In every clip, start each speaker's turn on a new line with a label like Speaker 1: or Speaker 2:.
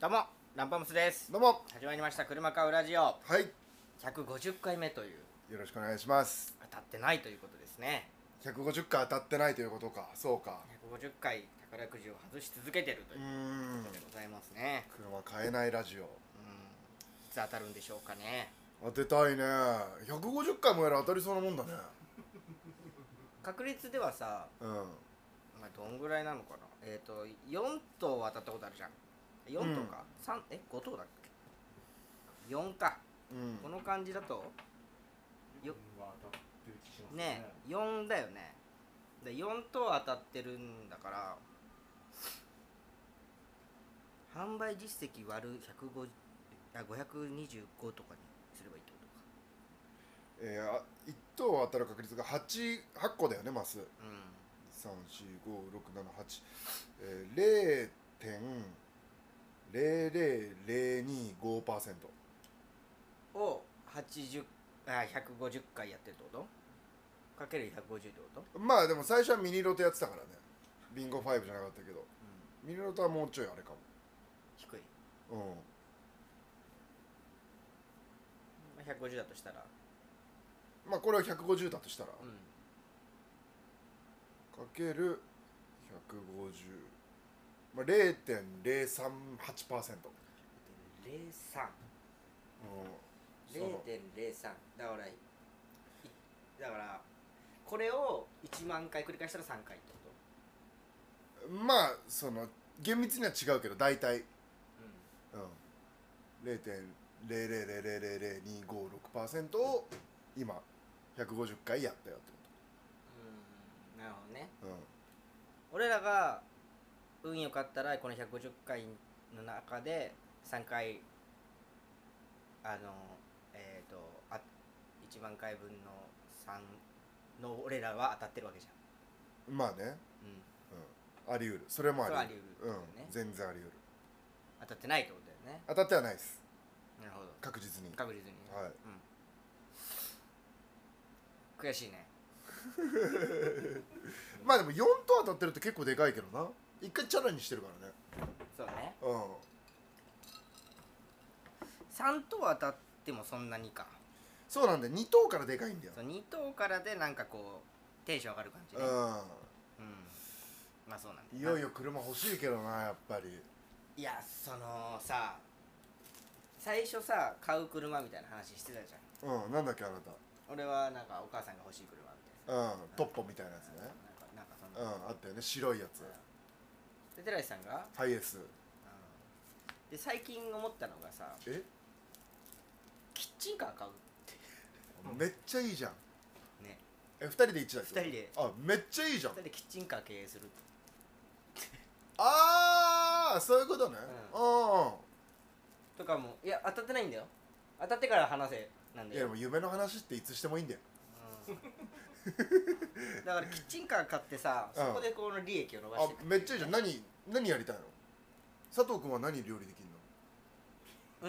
Speaker 1: ランパムスです
Speaker 2: どうも
Speaker 1: 始まりました「車買うラジオ
Speaker 2: はい」
Speaker 1: 150回目という
Speaker 2: よろしくお願いします
Speaker 1: 当たってないということですね
Speaker 2: 150回当たってないということかそうか
Speaker 1: 150回宝くじを外し続けてると
Speaker 2: うー
Speaker 1: いうんことでございますね
Speaker 2: 車買えないラジオ
Speaker 1: うんいつ当たるんでしょうかね
Speaker 2: 当てたいね150回もやら当たりそうなもんだね
Speaker 1: 確率ではさ、
Speaker 2: うん
Speaker 1: まあ、どんぐらいなのかなえっ、と4等当たったことあるじゃん4等か、三え5等だっけ4か
Speaker 2: うん
Speaker 1: この感じだとよ
Speaker 3: は当たってる気します
Speaker 1: ね4だよねで4等当たってるんだから販売実績割る150あ525とかにすればいいってことか
Speaker 2: えー、あ1等当たる確率が 8, 8個だよねマス
Speaker 1: う
Speaker 2: 3456789、えー、0.00025%
Speaker 1: んを80あ150回やってるってことかける150ってこと、
Speaker 2: まあでも最初はミニロトやってたからねビンゴ5じゃなかったけどミニロトはもうちょいあれかも
Speaker 1: 低い
Speaker 2: うん
Speaker 1: まあ150だとしたら
Speaker 2: まあこれは150だとしたら、
Speaker 1: うん
Speaker 2: かける150ま
Speaker 1: 03
Speaker 2: あ0.038%、うん、その
Speaker 1: 0.03だからいだからこれを1万回繰り返したら3回ってこと
Speaker 2: まあその厳密には違うけど大体、うん、0.0000256%を今150回やったよって
Speaker 1: うんなるほどね
Speaker 2: こと、うん、
Speaker 1: 俺らが運良かったらこの150回の中で3回あのえっ、とあ1万回分の3の俺らは当たってるわけじゃ
Speaker 2: まあね、
Speaker 1: ん、うん、
Speaker 2: うん、あり得るそれもあり得る
Speaker 1: それはあり得る
Speaker 2: う
Speaker 1: ね
Speaker 2: ん、全然あり得る
Speaker 1: 当たってないってことだよね
Speaker 2: 当たってはないです
Speaker 1: なるほど
Speaker 2: 確実に
Speaker 1: 確実に、
Speaker 2: は
Speaker 1: う
Speaker 2: い
Speaker 1: ん、悔しいね
Speaker 2: まあでも4等当たってるって結構でかいけどな一回チャラにしてるからね
Speaker 1: そうね
Speaker 2: うん
Speaker 1: 3等当たってもそんなにか
Speaker 2: そうなんだよ2等からでかいんだよ
Speaker 1: そう2等からでなんかこうテンション上がる感じね
Speaker 2: う
Speaker 1: うんまあそうなんだ
Speaker 2: んい
Speaker 1: よな
Speaker 2: よいよ車欲しいけどなやっぱり
Speaker 1: いやそのさ最初さ買う車みたいな話してたじゃん
Speaker 2: うんなんだっけあな
Speaker 1: 俺はなんかお母さんが欲しい車みたいな
Speaker 2: たうんトッポみたいなやつね
Speaker 1: なんかなんかそ
Speaker 2: うん
Speaker 1: な、
Speaker 2: あったよね白いやつ
Speaker 1: で寺石さんが、
Speaker 2: ハイエース
Speaker 1: うんで最近思ったのがさ
Speaker 2: え
Speaker 1: キッチンカー買う
Speaker 2: めっちゃいいじゃん
Speaker 1: ね
Speaker 2: え二人で一台ってこと
Speaker 1: 二人で
Speaker 2: あめっちゃいいじゃん
Speaker 1: 2人でキッチンカー経営する
Speaker 2: ああそういうことね
Speaker 1: う
Speaker 2: う
Speaker 1: とかもいや当たってないんだよ当たってから話せなん
Speaker 2: ん
Speaker 1: だ
Speaker 2: いやで
Speaker 1: よ
Speaker 2: も夢の話っていつしてもいいんだよ
Speaker 1: うんだからキッチンカー買ってさそこでこの利益を伸ばし
Speaker 2: あ
Speaker 1: ていく
Speaker 2: めっちゃいいじゃん何何やりたいの佐藤君は何料理できるの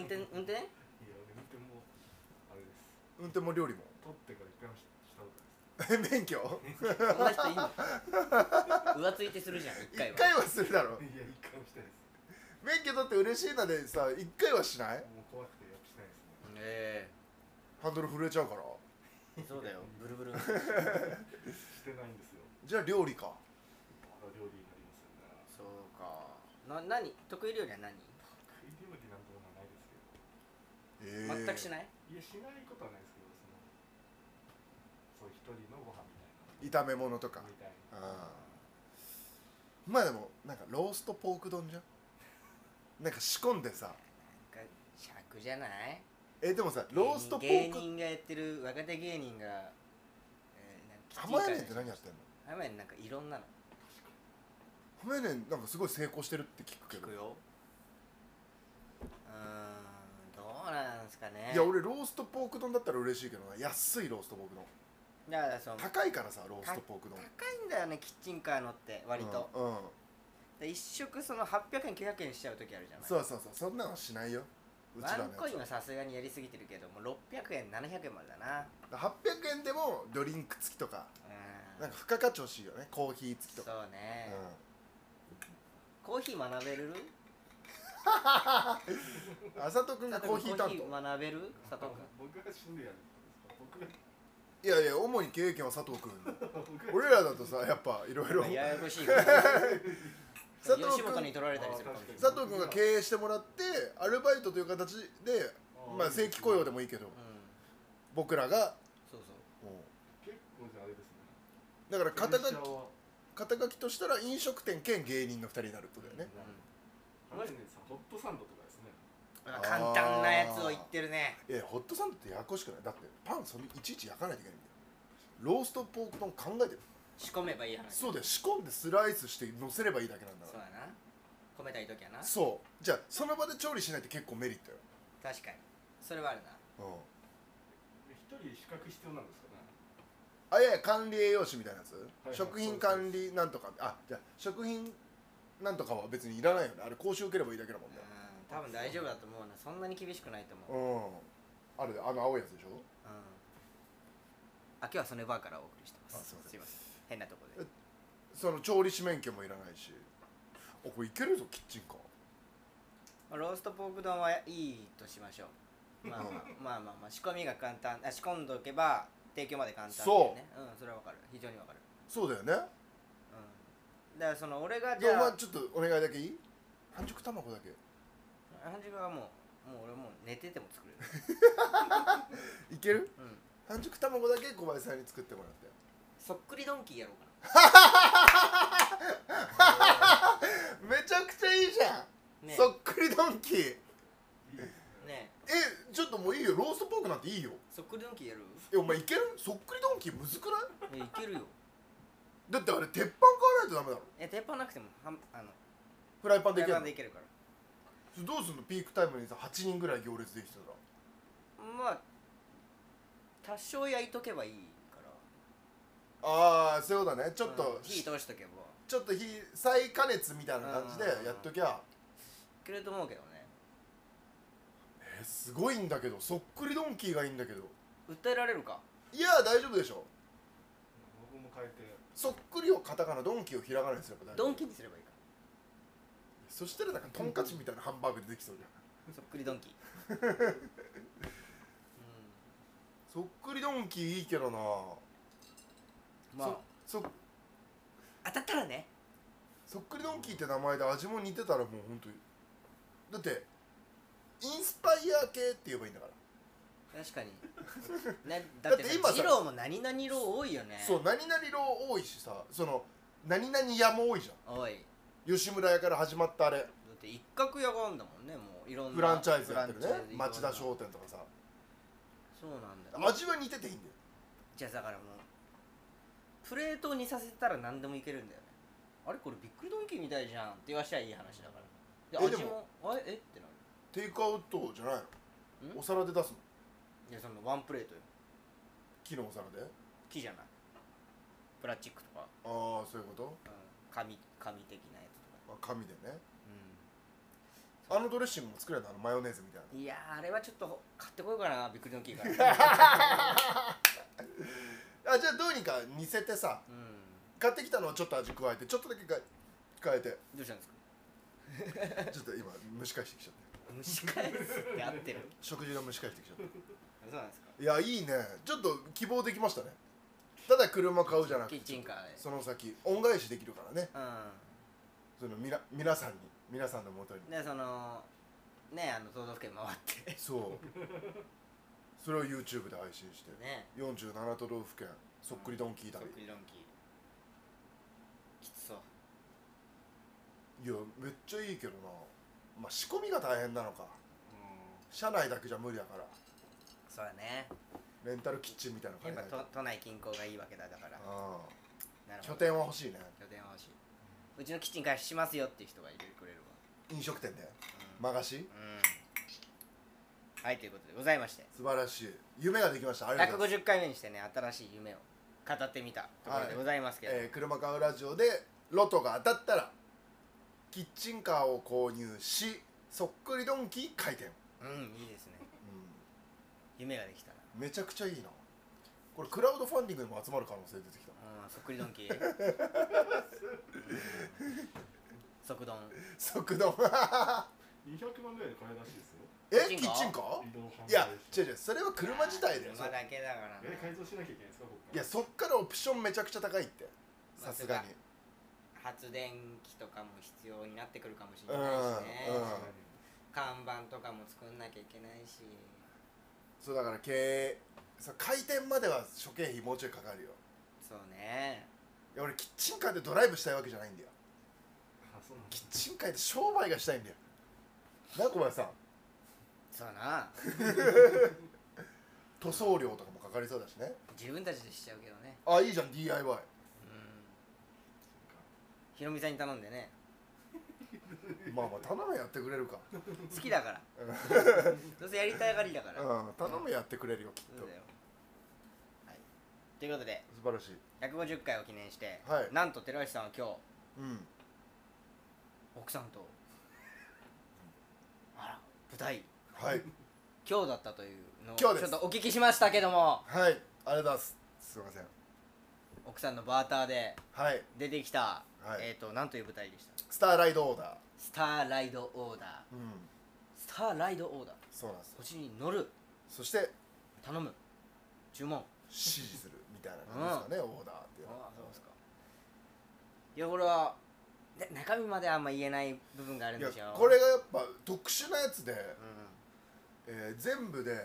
Speaker 1: 運転運転
Speaker 3: いや運転もあれです
Speaker 2: 運転も料理も
Speaker 3: 取ってから一回もししたことない
Speaker 2: え免許
Speaker 1: そんな人いんの浮ついてするじゃん一回
Speaker 2: 一
Speaker 1: は
Speaker 2: 回はするだろ
Speaker 3: ですいや一回もしたいです
Speaker 2: 免許取って嬉しいのでさ一回はしない
Speaker 3: もう怖くてやっぱしないですね
Speaker 1: え
Speaker 2: ハンドル震えちゃうから
Speaker 1: えそうだよブルブル
Speaker 3: してないんですよ
Speaker 2: じゃあ料理か
Speaker 3: まだ料理になりますよね
Speaker 1: そうかな何得意料理は何、
Speaker 3: 食い料理なんてものはないですけど
Speaker 2: え
Speaker 1: 全くしない
Speaker 3: いやしないことはないですけどそのそう一人のご飯みたいな
Speaker 2: 炒め物とか
Speaker 3: みたいな
Speaker 2: あーまあでもなんかローストポーク丼じゃんなんか仕込んでさ
Speaker 1: なんか尺じゃない
Speaker 2: えでもさローストポ
Speaker 1: 芸人芸
Speaker 2: ーク
Speaker 1: 人がやってる若手芸人が、えー、
Speaker 2: 浜屋ねんって
Speaker 1: 何
Speaker 2: 何やってんの
Speaker 1: 浜屋ねんなんかいろんなの
Speaker 2: 浜屋ねんなんかすごい成功してるって聞くけ
Speaker 1: 聞
Speaker 2: ど
Speaker 1: くようーんどうなんすかね
Speaker 2: いや俺ローストポーク丼だったら嬉しいけどな安いローストポーク丼
Speaker 1: だからその高
Speaker 2: 高いからさローストポーク丼
Speaker 1: いんだよねキッチンカーのって割と、
Speaker 2: うん、うん
Speaker 1: で一食その800円900円しちゃう時あるじゃない
Speaker 2: そうそうそうそんなのはしないようち
Speaker 1: ワ
Speaker 2: らの
Speaker 1: ンコイン
Speaker 2: や
Speaker 1: はさすがにやりすぎてるけども600円700円までだな
Speaker 2: つ800円でもドリンク付きとか
Speaker 1: うん
Speaker 2: なんか付加価値欲しいよねコーヒー付き
Speaker 1: そ
Speaker 2: と
Speaker 1: う
Speaker 2: か
Speaker 1: ね、
Speaker 2: うん
Speaker 1: コーヒー学べる
Speaker 2: あざとくんがコーヒー担
Speaker 1: 佐藤君
Speaker 2: 当
Speaker 1: 学べる佐藤
Speaker 3: 僕が死んでやる僕が
Speaker 2: いやいや主に経験は佐藤くん
Speaker 3: 僕が
Speaker 2: 俺らだとさやっぱいろいろ
Speaker 1: 君ややこ しいから
Speaker 2: 佐藤君
Speaker 1: 吉本に取られたりするかもしれない
Speaker 2: 佐藤くんが経営してもらってアルバイトという形でまあ正規雇用で
Speaker 3: も
Speaker 2: もいいけど
Speaker 1: うん
Speaker 2: 僕らが
Speaker 1: そうそう
Speaker 3: 結構じゃああれですね
Speaker 2: だから肩書き
Speaker 3: 電車は
Speaker 2: 肩書きとしたら飲食店兼芸人の2人になるってことだよね
Speaker 3: あれねさホットサンドとかですね
Speaker 1: うん簡単なやつを言ってるね
Speaker 2: いやホットサンドってややこしくないだってパンそれいちいち焼かないといけないんだよローストポーク丼考えてる
Speaker 1: 仕込めばいい話
Speaker 2: そうだよ仕込んでスライスして乗せればいいだけなんだ
Speaker 1: そう
Speaker 2: か
Speaker 1: やな米炊いときやな
Speaker 2: らそうじゃあその場で調理しないって結構メリットよ、
Speaker 1: 確かにそれはあるな
Speaker 2: う
Speaker 3: 一人資格必要なんですかね
Speaker 2: ん、あいやいや管理栄養士みたいなやつ、
Speaker 3: はい
Speaker 2: 食品管理なんとかあじゃあ食品なんとかは別にいらないよねあれ講習受ければいいだけだもんね
Speaker 1: うん多分大丈夫だと思うなそんなに厳しくないと思う、うん、
Speaker 2: うんあれあの青いやつでしょ
Speaker 1: あ今日はソネバーからお送りしてます
Speaker 2: あすいません
Speaker 1: いません変なとこで
Speaker 2: その調理師免許もいらないしあこれいけるぞキッチンカー
Speaker 1: まあローストポーク丼はいいとしましょ うまあまあまあまあ、まあ、仕込みが簡単あ仕込んどけば提供まで簡単っていねうんそれはわかる非常にわかる
Speaker 2: そうだよね
Speaker 1: うんだからその俺がじ
Speaker 2: じゃ
Speaker 1: ゃ
Speaker 2: あ
Speaker 1: あ
Speaker 2: ちょっとお願いだけいい半熟卵だけ
Speaker 1: 半熟はもうもう俺もう寝てても作れる、
Speaker 2: いける
Speaker 1: うん、
Speaker 2: 半熟卵だけ小林さんに作ってもらって
Speaker 1: そっくりドンキーやろうか
Speaker 2: めちゃくちゃいいじゃん、
Speaker 1: なね
Speaker 2: そっくりドンキーえ
Speaker 3: いいですね
Speaker 1: ね
Speaker 2: ちょっともういいよローストポークなんていいよ
Speaker 1: そっくりドンキーやる
Speaker 2: えお前いけるそっくりドンキーむずくない
Speaker 1: えいけるよ
Speaker 2: だってあれ鉄板買わないとダメだろ
Speaker 1: え鉄板なくてもはんあの
Speaker 2: フライパンでい
Speaker 1: 鉄
Speaker 2: け
Speaker 1: 板
Speaker 2: るの
Speaker 1: でいけるから
Speaker 2: それどうすんのピークタイムにさ8人ぐらい行列できてたら
Speaker 1: まあ多少焼いとけばいいから
Speaker 2: ああそういうことだねちょっと、
Speaker 1: うん火通しとけばい
Speaker 2: ちょっと火再加熱みたいな感じでやっときゃ
Speaker 1: けると思うけどね
Speaker 2: えすごいんだけどそっくりドンキーがいいんだけど
Speaker 1: 訴えられるか
Speaker 2: いや大丈夫でしょ
Speaker 3: 僕も変えて
Speaker 2: そっくりをカタカナドンキーをひらがなにすれば大丈夫
Speaker 1: ドンキにすればいいか
Speaker 2: そしたらなんかトンカチみたいなハンバーグでできそうじゃん
Speaker 1: そっくりドンキ
Speaker 2: そっくりドンキーいいけ
Speaker 1: う
Speaker 2: どな
Speaker 1: んまあ
Speaker 2: そそ
Speaker 1: 当たったらね
Speaker 2: そっくりドンキーって名前で味も似てたらもう本当にだってインスパイア系って言えばいいんだから、
Speaker 1: 確 かにねだって
Speaker 2: だって今さ
Speaker 1: 二郎も何々郎多いよね
Speaker 2: そう何々色多いしさその何々屋も多いじ
Speaker 1: 多いだ
Speaker 2: ゃん吉村屋から始まったあれ
Speaker 1: って一角屋があんだもんねもういろんな
Speaker 2: フランチャイズやってるね
Speaker 1: フランチャイズいろんな
Speaker 2: 町田商店とかさ
Speaker 1: そうなんだ
Speaker 2: 味は似てていいんだよ
Speaker 1: じゃあだからもうプレートにさせたら何でもいけるんだよねあれこれびっくりドンキーみたいじゃんって言わしゃいい話だからで
Speaker 2: えで
Speaker 1: 味もあれえってなる
Speaker 2: テイクアウトじゃない
Speaker 1: ん
Speaker 2: のお皿で出すの
Speaker 1: いやそのワンプレートよ
Speaker 2: 木のお皿で
Speaker 1: 木じゃないプラスチックとか、
Speaker 2: ああそういうこと、
Speaker 1: うん、紙紙的なやつとか、
Speaker 2: まあ、紙でねあのドレッシングも作れるのあのマヨネーズみたいな
Speaker 1: うん、いやーあれはちょっと買ってこようかなびっくりドンキー から、
Speaker 2: あじゃあどうにか似せてさ
Speaker 1: うん、
Speaker 2: 買ってきたのはちょっと味加えてちょっとだけか変え て
Speaker 1: どうしたんですか
Speaker 2: ちょっと今蒸し返してきちゃっ
Speaker 1: 蒸
Speaker 2: た
Speaker 1: し返すって合ってる
Speaker 2: 食事が蒸し返してきちゃっ
Speaker 1: そうなんですか
Speaker 2: たいやいいねちょっと希望できましたねただ車買うじゃなく
Speaker 1: キ
Speaker 2: て
Speaker 1: ッチンカーで
Speaker 2: その先恩返しできるからね
Speaker 1: う
Speaker 2: そのみな皆さんに皆さんのもとに
Speaker 1: んでそのねあの都道府県回って
Speaker 2: そうそれを YouTube で配信して
Speaker 1: ね
Speaker 2: 47都道府県そっくりドンキー
Speaker 1: そっ
Speaker 2: 旅
Speaker 1: くりドンキーきつそう
Speaker 2: いやめっちゃいいけどなまあ仕込みが大変なのか
Speaker 3: うん
Speaker 2: 車内だけじゃ無理だから
Speaker 1: そうだね
Speaker 2: レンタルキッチンみたいな
Speaker 1: や
Speaker 2: 感
Speaker 1: っ
Speaker 2: じ
Speaker 1: ぱ
Speaker 2: で
Speaker 1: 都都内近郊がいいわけだだからなるほ
Speaker 2: 拠
Speaker 1: ど
Speaker 2: 点は欲しいね
Speaker 1: 拠点は欲しいうちのキッチンからしますよっていう人がいてくれれば
Speaker 2: 飲食店で
Speaker 1: うん、
Speaker 2: まがし
Speaker 1: うんはいということでございまして
Speaker 2: 素晴らしい夢ができましたありがとうございます
Speaker 1: 150回目にしてね新しい夢を語ってみたところでございますけど、
Speaker 2: えー車買うラジオでロトが当たったらキッチンカーを購入しそっくりドンキー開店、
Speaker 1: うんいいですね夢ができたな
Speaker 2: うん、めちゃくちゃいいなこれクラウドファンディングにも集まる可能性出てきた
Speaker 1: うん、そっくりドンキー。 即丼。
Speaker 2: 即ドン
Speaker 3: いい200万ぐらいで買えるらしいですよ
Speaker 2: え
Speaker 1: キ
Speaker 2: キ
Speaker 1: ッ
Speaker 2: ッ
Speaker 1: チンカー
Speaker 2: チンカー
Speaker 3: 移動販売
Speaker 2: いや違
Speaker 3: 車
Speaker 2: う違うそれは車自体だよ
Speaker 1: 車だけだから
Speaker 3: え改
Speaker 1: な
Speaker 3: 造しなきゃいけないんですか僕
Speaker 2: いやそっからオプションめちゃくちゃ高いってさすがに
Speaker 1: 発電機とかも必要になってくるかもし
Speaker 2: う
Speaker 1: れ
Speaker 2: んう
Speaker 1: なんいしね、
Speaker 3: うん
Speaker 1: 看板とかも作んなきゃいけないし
Speaker 2: そうだから経営そう開店までは諸経費もうちょいかかるよ
Speaker 1: そうね
Speaker 2: いや俺キッチンカーでドライブしたいわけじゃないんだよ
Speaker 3: あそうなんだ
Speaker 2: キッチンカーで商売がしたいんだよな小林さん
Speaker 1: そうな
Speaker 2: 塗装料とかもかかりそうだしね
Speaker 1: 自分たちでしちゃうけどね
Speaker 2: あいいじゃん DIY
Speaker 1: うん
Speaker 3: そうか
Speaker 1: ひろみさんに頼んでね
Speaker 2: まあまあ頼むやってくれるか
Speaker 1: 好きだから どうせやりたがりだから、
Speaker 2: うん頼むやってくれるよきっ
Speaker 1: そ
Speaker 2: と
Speaker 1: うだよ、はい、ということで
Speaker 2: 素晴らしい
Speaker 1: 150回を記念して、
Speaker 2: はい
Speaker 1: なんと寺橋さんは今日
Speaker 2: うん
Speaker 1: 奥さんとあら舞台
Speaker 2: はい
Speaker 1: 今日だったというのをち
Speaker 2: 今
Speaker 1: ょ
Speaker 2: 日
Speaker 1: っ
Speaker 2: です
Speaker 1: とお聞きしましたけども
Speaker 2: はいありがとうございますすいません
Speaker 1: 奥さんのバーターで
Speaker 2: はい
Speaker 1: 出てきた、
Speaker 2: はい
Speaker 1: えっ、となんという舞台でした
Speaker 2: スターライドオーダー
Speaker 1: スターライドオーダー
Speaker 2: うん
Speaker 1: スターライドオーダー
Speaker 2: そうなんですよ
Speaker 1: 星に乗る
Speaker 2: そして
Speaker 1: 頼む注文
Speaker 2: 指示するみたいな感じですかね、オーダーっていうのは
Speaker 1: すいやこれはね中身まではあんま言えない部分があるん
Speaker 2: いや
Speaker 1: でしょ
Speaker 2: これがやっぱ特殊なやつで、
Speaker 1: う
Speaker 2: えー全部で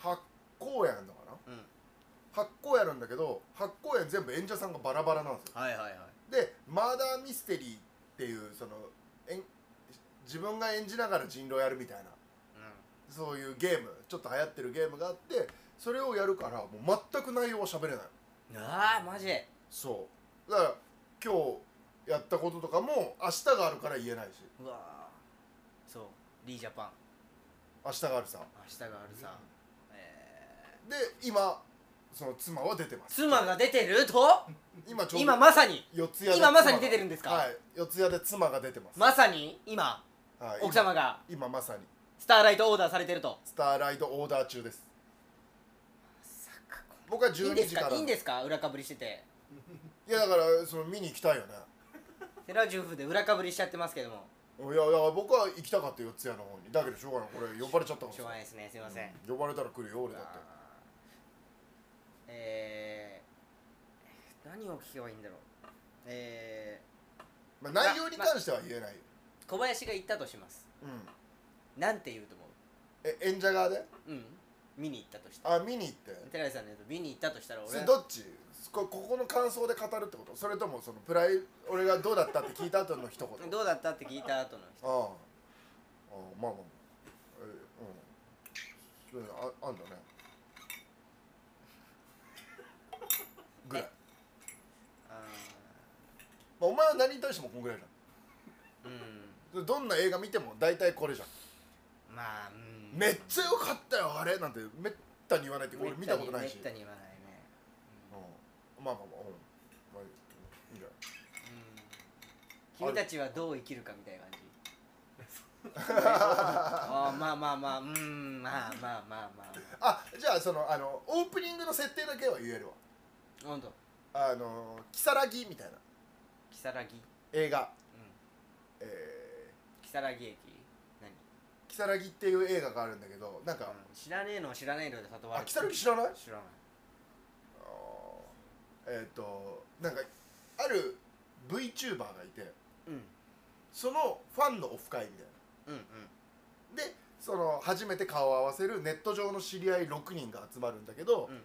Speaker 2: 8公演あるのかなん
Speaker 1: うん
Speaker 2: 8公演あるんだけど8公演全部演者さんがバラバラなんですよ
Speaker 1: はいはいはい
Speaker 2: でマーダーミステリーっていうそのえん自分が演じながら人狼やるみたいなそういうゲームちょっと流行ってるゲームがあってそれをやるからもう全く内容は喋れない
Speaker 1: うんああマジで
Speaker 2: そうだから今日やったこととかも明日があるから言えないし
Speaker 1: うわーそうリージャパン
Speaker 2: 明日があるさ
Speaker 1: 明日があるさ、え
Speaker 2: で今その妻は出てま
Speaker 1: ー
Speaker 2: す
Speaker 1: 妻が出てると
Speaker 2: 今ちょうど
Speaker 1: 今まさに
Speaker 2: 四ツ谷で妻
Speaker 1: 今
Speaker 2: が
Speaker 1: まさに出てるんですか
Speaker 2: はい四ツ谷で妻が出てます、
Speaker 1: まさに今
Speaker 2: はい
Speaker 1: 奥様が
Speaker 2: 今今まさに
Speaker 1: スターライトオーダーされてると
Speaker 2: スターライドオーダー中です僕は12
Speaker 1: いいんです
Speaker 2: 時か
Speaker 1: からいいんですか裏かぶりしてて
Speaker 2: いやだからその見に行きたいよね
Speaker 1: 寺重夫で裏かぶりしちゃってますけども
Speaker 2: いやいや僕は行きたかった四ツ谷の方にだけどしょうがないこれ呼ばれちゃったから
Speaker 1: しょうがないですねすいません、
Speaker 2: うん呼ばれたら来るよ俺だって
Speaker 1: えー、何を聞けばいいんだろうえ
Speaker 2: まあ、内容に関しては言えないよ、
Speaker 1: ー、小林が言ったとします
Speaker 2: うん
Speaker 1: なんて言うと思
Speaker 2: え演者側で
Speaker 1: ううん見に行ったとしたら
Speaker 2: あ見に行って
Speaker 1: 寺井さんの言うと見に行ったとしたら
Speaker 2: それ
Speaker 1: 俺
Speaker 2: どっちこここの感想で語るってことそれともそのプライ俺がどうだったって聞いた後の一言
Speaker 1: どうだったって聞いた後の
Speaker 2: あ
Speaker 1: 人
Speaker 2: あああまあまあえうんそういうのああんだねぐらい、
Speaker 1: あ
Speaker 2: まあ、お前は何に対してもこんぐらいじ
Speaker 1: ーうん
Speaker 2: ゃんどんな映画見ても大体これじゃん、
Speaker 1: まあうん
Speaker 2: めっちゃ良かったよあれなんてめったに言わないって俺見たことないし
Speaker 1: めったに言わないね
Speaker 2: うん、まあまあまあ、うんまあ、いいんじゃな
Speaker 1: う
Speaker 2: い
Speaker 1: ん君たちはどう生きるかみたいな感じ あーまあまあまあうんまあまあまあまあ
Speaker 2: あじゃあそのあのオープニングの設定だけは言えるわ
Speaker 1: ほんと
Speaker 2: あの「如月みたいな
Speaker 1: 如月
Speaker 2: 映画
Speaker 1: うん
Speaker 2: え
Speaker 1: 如月駅何、
Speaker 2: ー、如月っていう映画があるんだけどなんか、
Speaker 1: うん知らねえのを知らねえので里
Speaker 2: あ
Speaker 1: 割
Speaker 2: 如月知らない
Speaker 1: 知らない
Speaker 2: あーえっ、となんかある VTuber がいて
Speaker 1: うん
Speaker 2: そのファンのオフ会みたい
Speaker 1: うんうん
Speaker 2: なでその初めて顔を合わせるネット上の知り合い6人が集まるんだけど、
Speaker 1: うん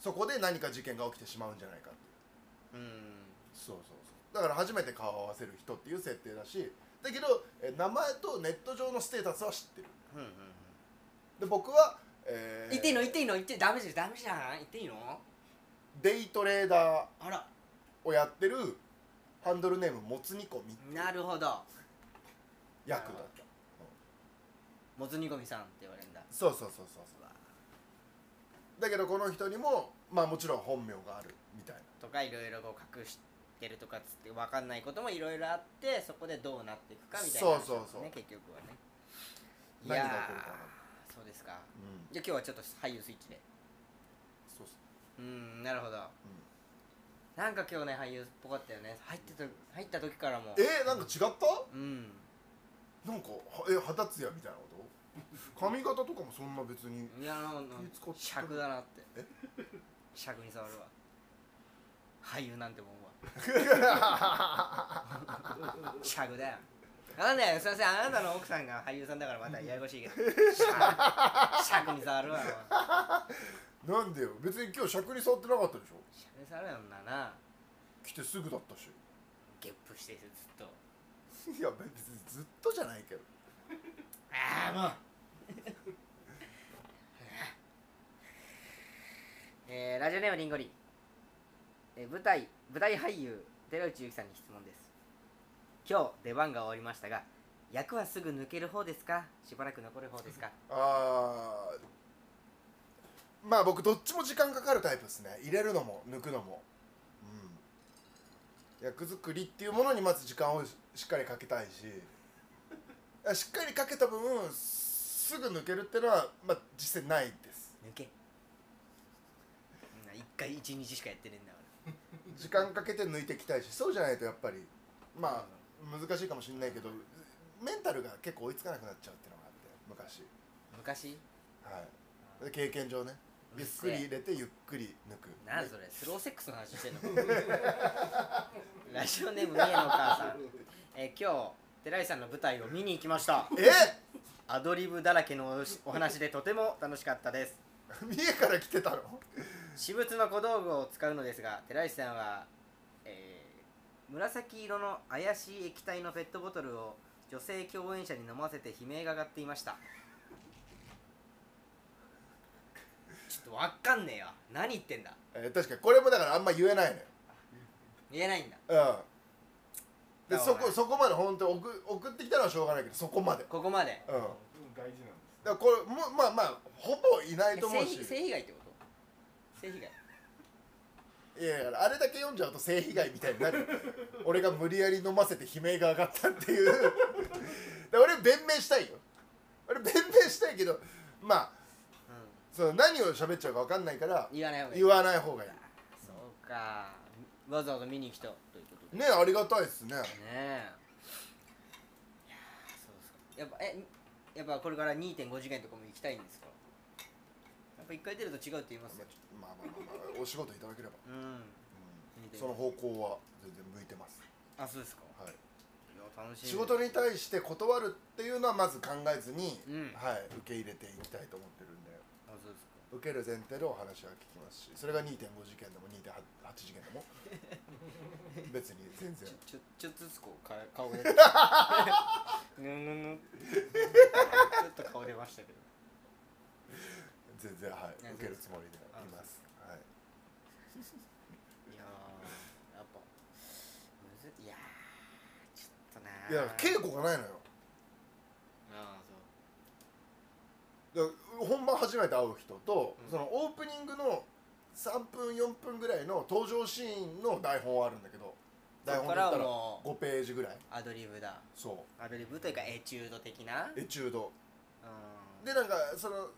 Speaker 2: そこで何か事件が起きてしまうんじゃないかっていう
Speaker 1: うん
Speaker 2: そうそうそうだから初めて顔を合わせる人っていう設定だしだけどえ名前とネット上のステータスは知ってる
Speaker 1: うんうん
Speaker 2: で僕は、えー
Speaker 1: 言っていいの言っていいの言ってダメじゃんダメじゃん言っていいの
Speaker 2: デイトレーダー
Speaker 1: あら
Speaker 2: をやってるハンドルネームもつ煮込み
Speaker 1: なるほど
Speaker 2: 役だった
Speaker 1: もつ煮込みさんって言われるんだ
Speaker 2: そうそうそうそう
Speaker 1: うわ
Speaker 2: そうだけどこの人にもまあもちろん本名があるみたいな
Speaker 1: とかいろいろこう隠してるとかっつって分かんないこともいろいろあってそこでどうなっていくかみたいな話
Speaker 2: そうそう
Speaker 1: だもんね
Speaker 2: そう
Speaker 1: 結局はねい
Speaker 2: 何
Speaker 1: や
Speaker 2: が
Speaker 1: ー
Speaker 2: 起こるかな
Speaker 1: そうですか
Speaker 2: うん
Speaker 1: じゃあ今日はちょっと俳優スイッチで
Speaker 2: そうっす
Speaker 1: うんなるほど
Speaker 2: うん
Speaker 1: なんか今日ね俳優っぽかったよね入ってと入った時からも
Speaker 2: えー、なんか違った
Speaker 1: うん
Speaker 2: なんかはえ肌ツヤみたいなこと髪型とかもそんな別に
Speaker 1: いやなんか
Speaker 2: 気使って
Speaker 1: 尺だなって尺に触るわ俳優なんてもん は尺だよなんだよすいませんあなたの奥さんが俳優さんだからまたややこ しいけど尺尺に触るわお前
Speaker 2: なんでよ別に今日尺に触ってなかったでしょ
Speaker 1: 尺に触るよんなな
Speaker 2: 来てすぐだったし
Speaker 1: ゲップしてるずっと
Speaker 2: いや別にずっとじゃないけど
Speaker 1: ああもう えーラジオネームりんごりん、えー舞台舞台俳優寺内ゆきさんに質問です今日出番が終わりましたが役はすぐ抜ける方ですかしばらく残る方ですか
Speaker 2: あーまあ僕どっちも時間かかるタイプですね入れるのも抜くのもうん役作りっていうものにまず時間をししっかりかけたいし あしっかりかけた分すぐ抜けるってのは、まあ、実際ないです
Speaker 1: 抜 けそんな一回一日しかやってねえんだか
Speaker 2: 時間かけて抜いていきたいしそうじゃないとやっぱりまあ難しいかもしれないけどメンタルが結構追いつかなくなっちゃうっていうのがあって昔
Speaker 1: ら昔
Speaker 2: はいで経験上ねゆっくり入れてゆっくり抜く
Speaker 1: なんだそれスローセックスの話してんの ラジオネーム三重のお母さん、えー今日寺内さんの舞台を見に行きました
Speaker 2: え
Speaker 1: アドリブだらけのおしお話でとても楽しかったです
Speaker 2: 三重から来てたの
Speaker 1: 私物の小道具を使うのですが寺石さんは、えー紫色の怪しい液体のペットボトルを女性共演者に飲ませて悲鳴が上がっていましたちょっとわかんねえよ何言ってんだ
Speaker 2: えー確かにこれもだからあんま言えない
Speaker 1: 言えないんだ
Speaker 2: のようんで
Speaker 1: だから
Speaker 2: そこそこまで本当に送送ってきたのはしょうがないけどそこまで
Speaker 1: ここまで
Speaker 2: うんだか
Speaker 3: 大事なんです
Speaker 2: らこれもうまあまあほぼいない
Speaker 1: え
Speaker 2: と思う
Speaker 1: 性
Speaker 2: し
Speaker 1: 被性被害ってこと性被害
Speaker 2: いやいやあれだけ読んじゃうと性被害みたいになる俺が無理やり飲ませて悲鳴が上がったっていうだから俺弁明したいよ俺弁明したいけどまあその何を喋っちゃうか分かんないから
Speaker 1: うん言わない方がいい
Speaker 2: 言わない方がいい
Speaker 1: そうかわざわざ見に来たということで
Speaker 2: ねありがたいですね
Speaker 1: ねえいやーそうですかやっぱえやっぱこれから2.5次元とかも行きたいんですかやっぱ一回出ると違うって言いますよ
Speaker 2: まあまあまあまあお仕事いただければ
Speaker 1: うん
Speaker 2: うんその方向は全然向いてます、
Speaker 1: あそうですか
Speaker 2: はい、
Speaker 1: いや楽しい
Speaker 2: 仕事に対して断るっていうのはまず考えずに、
Speaker 1: うん
Speaker 2: はい、受け入れていきたいと思ってるんで
Speaker 1: あそうですか
Speaker 2: 受ける前提でお話は聞きますしそれが2.5次元でも2.8次元でも別に全然
Speaker 1: ちょちょっとずつこうか 顔が出てぬぬぬちょっと顔出ましたけど
Speaker 2: 全然はい
Speaker 1: ね
Speaker 2: 受けるつもりでい
Speaker 1: あ
Speaker 2: ますはい
Speaker 1: いやーやっぱむずいやーちょっとないー
Speaker 2: や稽古がないのよ
Speaker 1: ああ
Speaker 2: だから本番初めて会う人と、
Speaker 1: うん
Speaker 2: そのオープニングの3分4分ぐらいの登場シーンの台本はあるんだけど
Speaker 1: そう
Speaker 2: 台
Speaker 1: そ
Speaker 2: 本
Speaker 1: こ
Speaker 2: だ
Speaker 1: か
Speaker 2: っ
Speaker 1: らは
Speaker 2: たら
Speaker 1: も
Speaker 2: 5ページぐらいう
Speaker 1: アドリブだ
Speaker 2: そ
Speaker 1: アドリブというかエチュード的な
Speaker 2: うエチュード
Speaker 1: うん
Speaker 2: でなんかその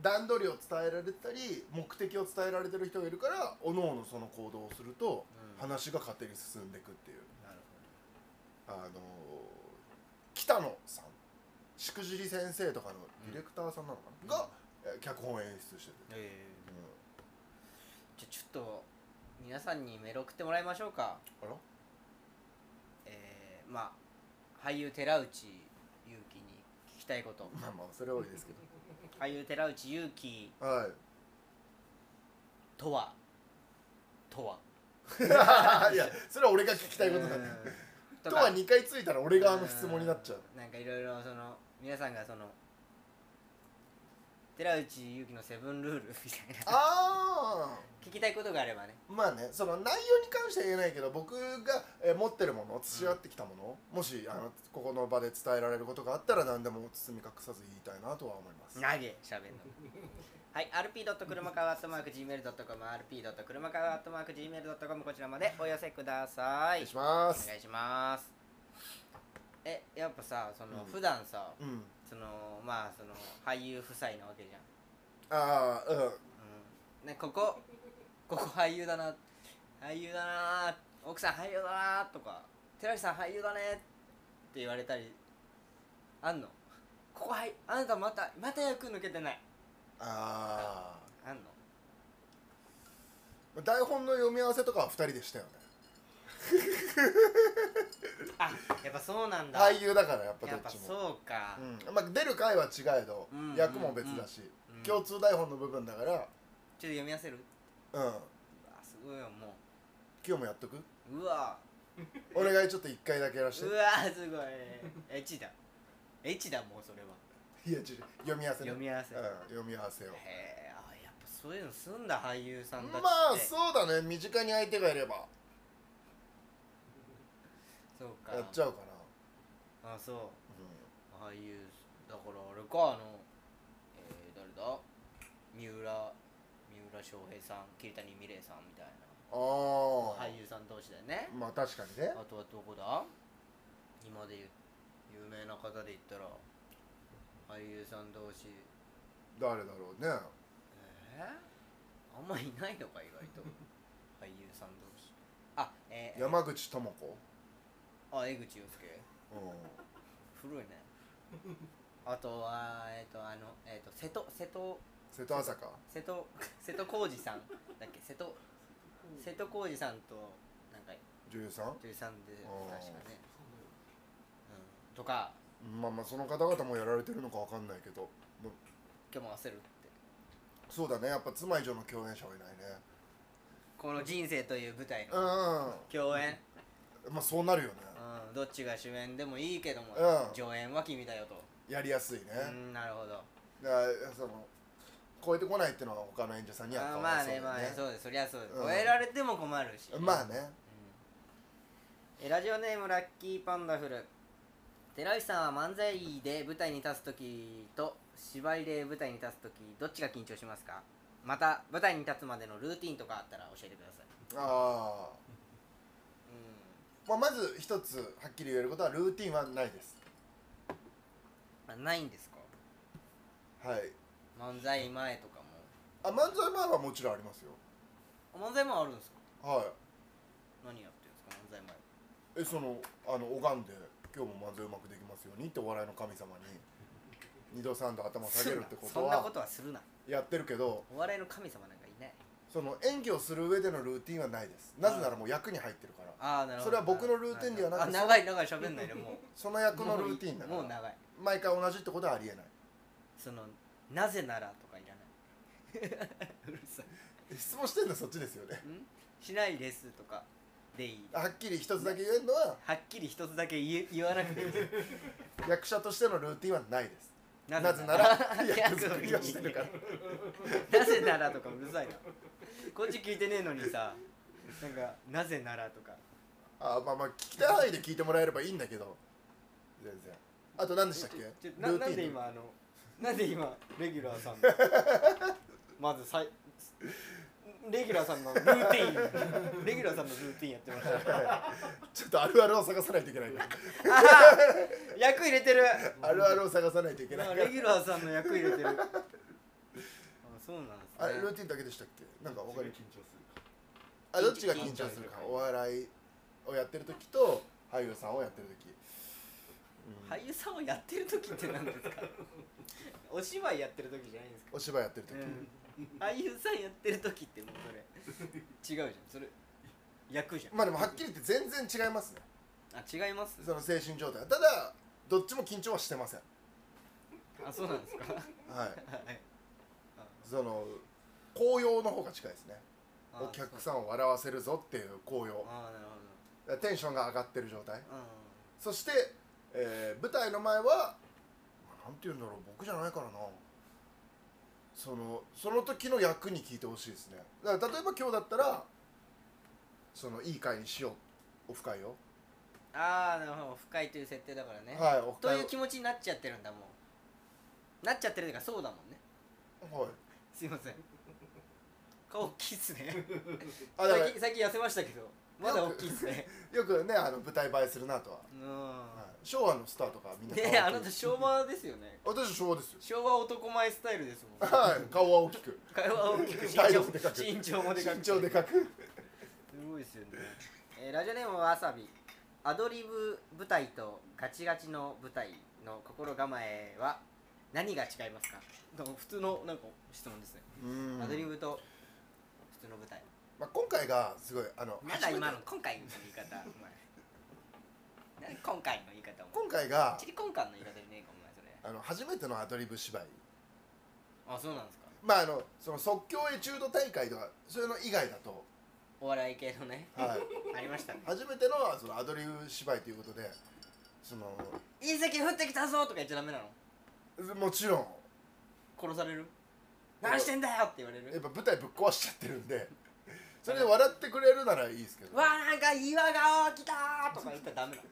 Speaker 2: 段取りを伝えられたり目的を伝えられてる人がいるからおのおのその行動をすると
Speaker 1: うん
Speaker 2: 話が勝手に進んでいくっていう
Speaker 1: なる
Speaker 2: あのー北野さんしくじり先生とかのディレクターさんなのかな、がえ脚本演出してて、
Speaker 1: ほどえ
Speaker 2: う
Speaker 1: え
Speaker 2: ん
Speaker 1: じゃあちょっと皆さんにメール送ってもらいましょうか
Speaker 2: あら
Speaker 1: えー、まあ俳優寺内優輝に聞きたいこと
Speaker 2: まあまあそれは多いですけ
Speaker 1: 俳優寺内優輝
Speaker 2: どはい
Speaker 1: とはとはい
Speaker 2: やそれは俺が聞きたいことなんだよ
Speaker 1: う
Speaker 2: と
Speaker 1: ん
Speaker 2: は2回ついたら俺側の質問になっちゃう
Speaker 1: うんなんかいろいろその皆さんがその寺内優輝のセブンルール みたいな
Speaker 2: あ
Speaker 1: 聞きたいことがあればね
Speaker 2: あまあねその内容に関しては言えないけど僕がえー持ってるもの培ってきたもの、もしあのここの場で伝えられることがあったら何でも包み隠さず言いたいなとは思います
Speaker 1: 投げしゃべんのはい rp. 車かわ .gmail.com rp. 車かわ .gmail.com こちらまでお寄せくださ
Speaker 2: お
Speaker 1: い
Speaker 2: 願いします
Speaker 1: お願いしますえやっぱさその、
Speaker 2: うん
Speaker 1: 普段さ
Speaker 2: うん
Speaker 1: そのまあその俳優夫妻なわけじゃん、
Speaker 2: ああうん
Speaker 1: うんね、ここここ俳優だな俳優だな奥さん俳優だなとか寺内さん俳優だねって言われたりあんのここはいあなたまたまた役抜けてない
Speaker 2: あ
Speaker 1: あんの
Speaker 2: あ台本の読み合わせとかは2人でしたよね
Speaker 1: あやっぱそうなんだ、
Speaker 2: 俳優だからやっぱど
Speaker 1: や
Speaker 2: っ
Speaker 1: っぱ
Speaker 2: ちも、
Speaker 1: そうか、
Speaker 2: うんまあ、出る回は違えど、
Speaker 1: うん
Speaker 2: 役も別だし、
Speaker 1: うん
Speaker 2: 共通台本の部分だから
Speaker 1: ちょっと読み合わせる
Speaker 2: うん
Speaker 1: うわすごいよも
Speaker 2: 今日もやっとく
Speaker 1: ううわ
Speaker 2: お願いちょっと1回だけやらして
Speaker 1: うわすごいエッチだエッチだもうそれはい
Speaker 2: や違う読み合わせね
Speaker 1: 読み合わせ、
Speaker 2: うん
Speaker 1: へ
Speaker 2: 読み合わせを
Speaker 1: えあやっぱそういうのすんだ俳優さんたちって
Speaker 2: まあそうだね身近に相手がいれば
Speaker 1: そうか
Speaker 2: やっちゃうかな、
Speaker 1: あそう
Speaker 2: う、
Speaker 1: 俳優だからあれかあのえー、誰だ三浦三浦翔平さん桐谷美玲さんみたいなん
Speaker 2: ああ、
Speaker 1: 俳優さん同士だよね
Speaker 2: まあ確かにね
Speaker 1: あとはどこだ今で言う有名な方で言ったら俳優さん同士
Speaker 2: 誰だろうね
Speaker 1: えー、あんまいないのか意外 と俳優さん同士あえー、
Speaker 2: 山口智子、
Speaker 1: あ江口洋介
Speaker 2: う
Speaker 1: 古いねあとはえっ、とあのえっ、と瀬戸瀬戸
Speaker 2: ん、瀬戸朝香
Speaker 1: 瀬戸 瀬戸康史さんだっけ瀬戸瀬戸康史さんとなんか
Speaker 2: 女優さん
Speaker 1: 女優さんで
Speaker 2: あー
Speaker 1: 確かね、うん、とか
Speaker 2: まあまあその方々もやられてるのかわかんないけどの
Speaker 1: 今日も焦るって
Speaker 2: そうだねやっぱ妻以上の共演者はいないね
Speaker 1: この人生という舞台
Speaker 2: う
Speaker 1: の共演、
Speaker 2: んまあそうなるよね
Speaker 1: うん、どっちが主演でもいいけども、
Speaker 2: うん
Speaker 1: 上演は君だよと、
Speaker 2: やりやすいね
Speaker 1: うんなるほど
Speaker 2: だからその超えてこないってのは他の演者さんには
Speaker 1: あ
Speaker 2: 変
Speaker 1: ー
Speaker 2: わ
Speaker 1: まあ
Speaker 2: ら
Speaker 1: ねま
Speaker 2: そうだよ
Speaker 1: あねそうですそりゃそうです、
Speaker 2: うん
Speaker 1: 超えられても困るし
Speaker 2: まあね
Speaker 1: うんえラジオネームラッキーパンダフル寺内さんは漫才で舞台に立つ時と芝居で舞台に立つ時どっちが緊張しますかまた舞台に立つまでのルーティンとかあったら教えてください、
Speaker 2: ああ
Speaker 1: う
Speaker 2: まあ、まず一つはっきり言えることはルーティンはないです
Speaker 1: ん、あないんですか
Speaker 2: はい
Speaker 1: 漫才前とか
Speaker 2: あ漫才前はもちろんありますよ
Speaker 1: もあ漫才前あるんですか
Speaker 2: はい
Speaker 1: 何やってるんですか漫才前
Speaker 2: えそのあの拝んで今日も漫才うまくできますようにってお笑いの神様に二度三度頭下げるってこ
Speaker 1: する
Speaker 2: と
Speaker 1: なそんな
Speaker 2: は
Speaker 1: ことはするな
Speaker 2: やってるけど
Speaker 1: お笑いの神様なんかいない
Speaker 2: その演技をする上でのルーティンはないですなぜならもう役に入ってるから
Speaker 1: ああなるほど
Speaker 2: それは僕のルーティンではなく
Speaker 1: あ長い長い喋んないでもう
Speaker 2: その役のルーティンだか
Speaker 1: もう
Speaker 2: ら
Speaker 1: 長い
Speaker 2: 毎回同じってことはありえない
Speaker 1: そのなぜならとかいらないうるさい
Speaker 2: え質問してんのそっちですよね
Speaker 1: んしないですとかでいい
Speaker 2: はっきり一つだけ言えるのは
Speaker 1: はっきり一つだけ言え言わな くていい
Speaker 2: 役者としてのルーティンはないです
Speaker 1: な
Speaker 2: なぜなら
Speaker 1: 役
Speaker 2: 役作りをして るから
Speaker 1: なぜならとかうるさいなこっち聞いてねえのにさなんかなぜならとか
Speaker 2: あまあまあ聞きたい範囲で聞いてもらえればいいんだけど全然あと何でしたっけ
Speaker 1: ちょな
Speaker 2: ルーティン
Speaker 1: なんで今あのなんで今レギュラーさんのまずさいレギュラーさんのルーテ ィンレギュラーさんのルーティンやってました
Speaker 2: ちょっとあるあるを探さないといけないから
Speaker 1: あー役入れてる
Speaker 2: あるあるを探さないといけない
Speaker 1: ま
Speaker 2: か
Speaker 1: あ
Speaker 2: ら
Speaker 1: レギュラーさんの役入れて るあそうなんですね
Speaker 2: あれルーティンだけでしたっけなんかわかる
Speaker 3: 緊張するか
Speaker 2: あどっちが緊張するか
Speaker 3: 緊張
Speaker 2: お笑いをやってる時と俳優さんをやってる時、うん
Speaker 1: 俳優さんをやってる時って何ですかお芝居やってる時じゃないんですか、
Speaker 2: お芝居やってる時、
Speaker 1: 俳優さんやってる時ってもうそれ違うじゃんそれ役じゃん
Speaker 2: まあでもはっきり言って全然違いますね
Speaker 1: あ違います
Speaker 2: その精神状態ただどっちも緊張はしてません
Speaker 1: あそうなんです かはい
Speaker 2: はいその高揚の方が近いですね
Speaker 1: あ
Speaker 2: お客さんを笑わせるぞっていう高揚
Speaker 1: ああなるほ
Speaker 2: テンションが上がってる状態
Speaker 1: ど
Speaker 2: そして、えー舞台の前はなんて言うんだろう僕じゃないからなそのその時の役に聞いてほしいですねだから例えば今日だったらそのいい会にしようオフ会を、
Speaker 1: うんああなるほど深いという設定だからね、
Speaker 2: はいオフ
Speaker 1: と
Speaker 2: 会を
Speaker 1: いう気持ちになっちゃってるんだもうなっちゃってるというかそうだもんね
Speaker 2: はい
Speaker 1: すいません顔大きいっすね
Speaker 2: あだか
Speaker 1: 最近最近痩せましたけどまだ大きいっす ね
Speaker 2: らよくねあの舞台映えするなとは、はい
Speaker 1: うん
Speaker 2: 昭和のスターとかみんな
Speaker 1: ねえあ
Speaker 2: 顔
Speaker 1: な
Speaker 2: 大き
Speaker 1: た
Speaker 2: い
Speaker 1: 昭和ですよね
Speaker 2: 私昭和ですよ
Speaker 1: 昭和男前スタイルです もん
Speaker 2: はい顔は大きく
Speaker 1: 会話は大きく身
Speaker 2: 体力でかく
Speaker 1: 長身長もでかく
Speaker 2: 身長でかく
Speaker 1: すごいですよね、えーラジオネームはわさびアドリブ舞台とガチガチの舞台の心構えは何が違いますかでも普通のなんか質問ですね、
Speaker 2: うん
Speaker 1: アドリブと普通の舞台
Speaker 2: まあ、今回がすごいあの
Speaker 1: まだ今の今回の言い方お前何今回の言い方お前
Speaker 2: 今回が
Speaker 1: チリコンカンの言い方でねえかお前それ
Speaker 2: あの初めてのアドリブ芝居
Speaker 1: あそうなんですか
Speaker 2: まああのその即興エチュード大会とかそういうの以外だ と、
Speaker 1: お笑い系のね
Speaker 2: はい、
Speaker 1: ありましたね
Speaker 2: 初めてのそのアドリブ芝居ということでその
Speaker 1: 隕石降ってきたぞとか言っちゃダメなの
Speaker 2: もちろん
Speaker 1: 殺される何してんだよって言われ
Speaker 2: やっ
Speaker 1: る
Speaker 2: ぱ舞台ぶっ壊しちゃってるんでそれで笑ってくれるならいいですけど
Speaker 1: わあなんか岩が起きたーとか言ったらダメなの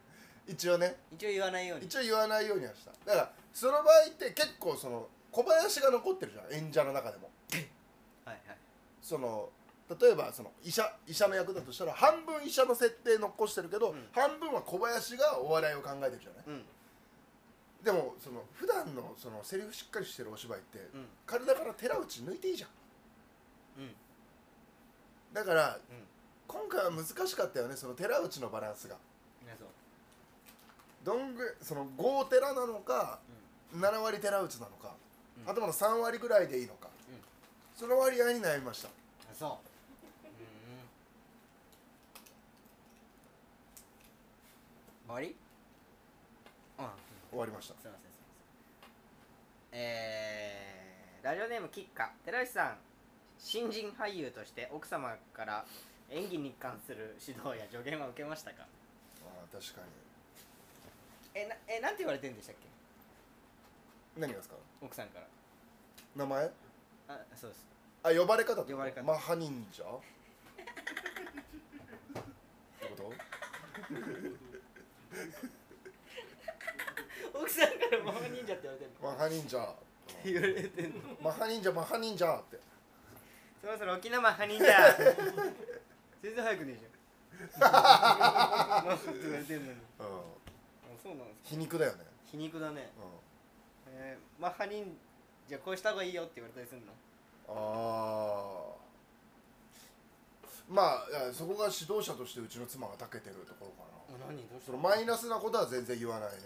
Speaker 2: 一応ね
Speaker 1: 一応言わないように
Speaker 2: 一応言わないようにはしただからその場合って結構その小林が残ってるじゃん演者の中でも
Speaker 1: はいはい
Speaker 2: その例えばその医者医者の役だとしたら半分医者の設定残してるけど、
Speaker 1: うん
Speaker 2: 半分は小林がお笑いを考えてるじゃない
Speaker 1: うん
Speaker 2: でもその普段のそのセリフしっかりしてるお芝居って、
Speaker 1: うん
Speaker 2: 体から寺内抜いていいじゃん
Speaker 1: うん
Speaker 2: だから
Speaker 1: うん
Speaker 2: 今回は難しかったよねその寺内のバランスが
Speaker 1: 皆さん
Speaker 2: どんぐその5寺なのか7割寺内なのか、
Speaker 1: うん
Speaker 2: あとまだ3割ぐらいでいいのか、
Speaker 1: うん
Speaker 2: その割合に悩みました
Speaker 1: あそううん終わりあ
Speaker 2: 終わりました
Speaker 1: すいませんすいませんえー、ラジオネームキッカ寺内さん新人俳優として奥様から演技に関する指導や助言は受けましたか
Speaker 2: あー確か
Speaker 1: えなえなんて言われてるんでしたっけ
Speaker 2: に何がですか
Speaker 1: 奥さんから
Speaker 2: 名前
Speaker 1: あそうです
Speaker 2: あ呼ばれ方ってこと
Speaker 1: 呼ばれ方
Speaker 2: マハ忍者ってこと
Speaker 1: 奥さんからママ忍者って言われてる
Speaker 2: マハ忍者
Speaker 1: 言われてんの
Speaker 2: マハ忍者マハ忍者って
Speaker 1: そろそろ沖縄ハニーじゃ 全然早くねえじゃん なんかって言われてんのに
Speaker 2: う
Speaker 1: あ
Speaker 2: ん
Speaker 1: そうなんですか
Speaker 2: 皮肉だよね
Speaker 1: 皮肉だね
Speaker 2: うん
Speaker 1: えー、マッハニンじゃあこうした方がいいよって言われたりするの
Speaker 2: あーまあいやそこが指導者としてうちの妻が長けてるところかな
Speaker 1: 何どうし
Speaker 2: そのマイナスなことは全然言わないね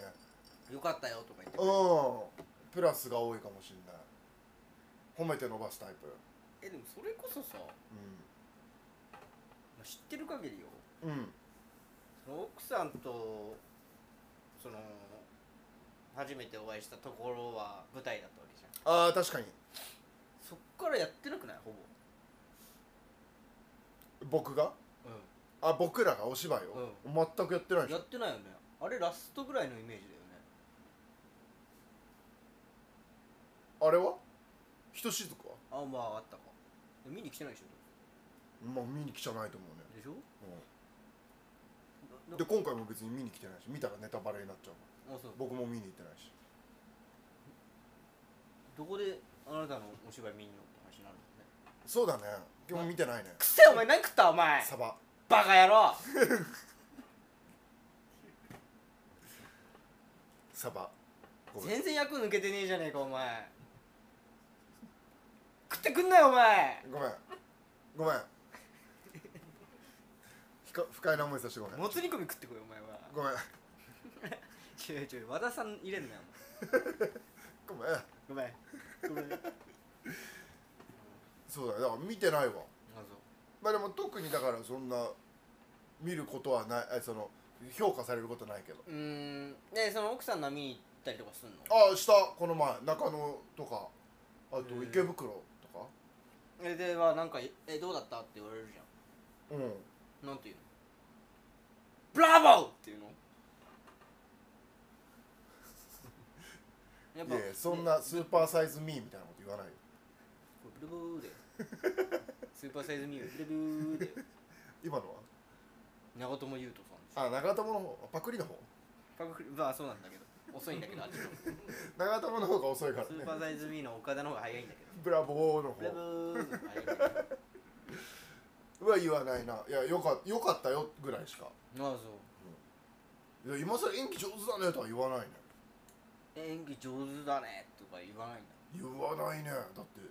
Speaker 1: よかったよとか言って
Speaker 2: うんプラスが多いかもしれない褒めて伸ばすタイプ
Speaker 1: えでもそれこそさ知ってる限りよ
Speaker 2: うんうん
Speaker 1: その奥さんとその初めてお会いしたところは舞台だったわけじゃん
Speaker 2: ああ確かに
Speaker 1: そっからやってなくないほぼ
Speaker 2: 僕が
Speaker 1: うん
Speaker 2: あ僕らがお芝居を、全くやってないでし
Speaker 1: や
Speaker 2: ょ
Speaker 1: ってないよねあれラストぐらいのイメージだよね
Speaker 2: あれは人しずくは
Speaker 1: あまああったか見に来てないでしょ
Speaker 2: まあ見に来ちゃないと思うね、
Speaker 1: でしょ
Speaker 2: うん、
Speaker 1: な
Speaker 2: で今回も別に見に来てないし見たらネタバレになっちゃうから
Speaker 1: あそう
Speaker 2: 僕も見に行ってないし
Speaker 1: どこであなたのお芝居見んのって話になるもんね
Speaker 2: そうだね今日見てないね
Speaker 1: くせえお前何食ったお前
Speaker 2: サバ
Speaker 1: バカ野郎
Speaker 2: サバごめん
Speaker 1: 全然役抜けてねえじゃねえかお前食ってくんなよお前
Speaker 2: ごめんごめんひか不快な思いさせてごめん
Speaker 1: もつ煮込み食ってこいお前は
Speaker 2: ごめん
Speaker 1: ちょいちょい和田さん入れんなよ
Speaker 2: ごめん
Speaker 1: お前ごめんごめんあ
Speaker 2: そうだよだから見てない
Speaker 1: そ
Speaker 2: わ
Speaker 1: う
Speaker 2: まあでも特にだからそんな見ることはないえその評価されることないけど
Speaker 1: うーんでその奥さんの見に行ったりとかすんの
Speaker 2: ああしたこの前中野とかあ
Speaker 1: へ
Speaker 2: と
Speaker 1: ー
Speaker 2: 池袋とか
Speaker 1: えではなんか「えどうだった?」って言われるじゃ
Speaker 2: うん
Speaker 1: んなんて言うのブラボーって言うのや
Speaker 2: いやいやそんなスーパーサイズミーみたいなこと言わないよ
Speaker 1: ブルブーでスーパーサイズミューブルブーで
Speaker 2: 今のは
Speaker 1: 長友佑都さんです
Speaker 2: あ長友の方パクリの方
Speaker 1: パクリまあそうなんだけど遅いんだけどあっちの方
Speaker 2: 長友の方が遅いから
Speaker 1: スー
Speaker 2: ね
Speaker 1: パーサイズミーの岡田の方が早いんだけど
Speaker 2: ブラボーの
Speaker 1: ブラブ
Speaker 2: 方
Speaker 1: ーの方が早いんだけどあ
Speaker 2: は言わないないやよかよかったよぐらいしか
Speaker 1: あそう
Speaker 2: いや今更演技上手だねとは言わないね
Speaker 1: 演技上手だねとか言わないんだ
Speaker 2: 言わないねだって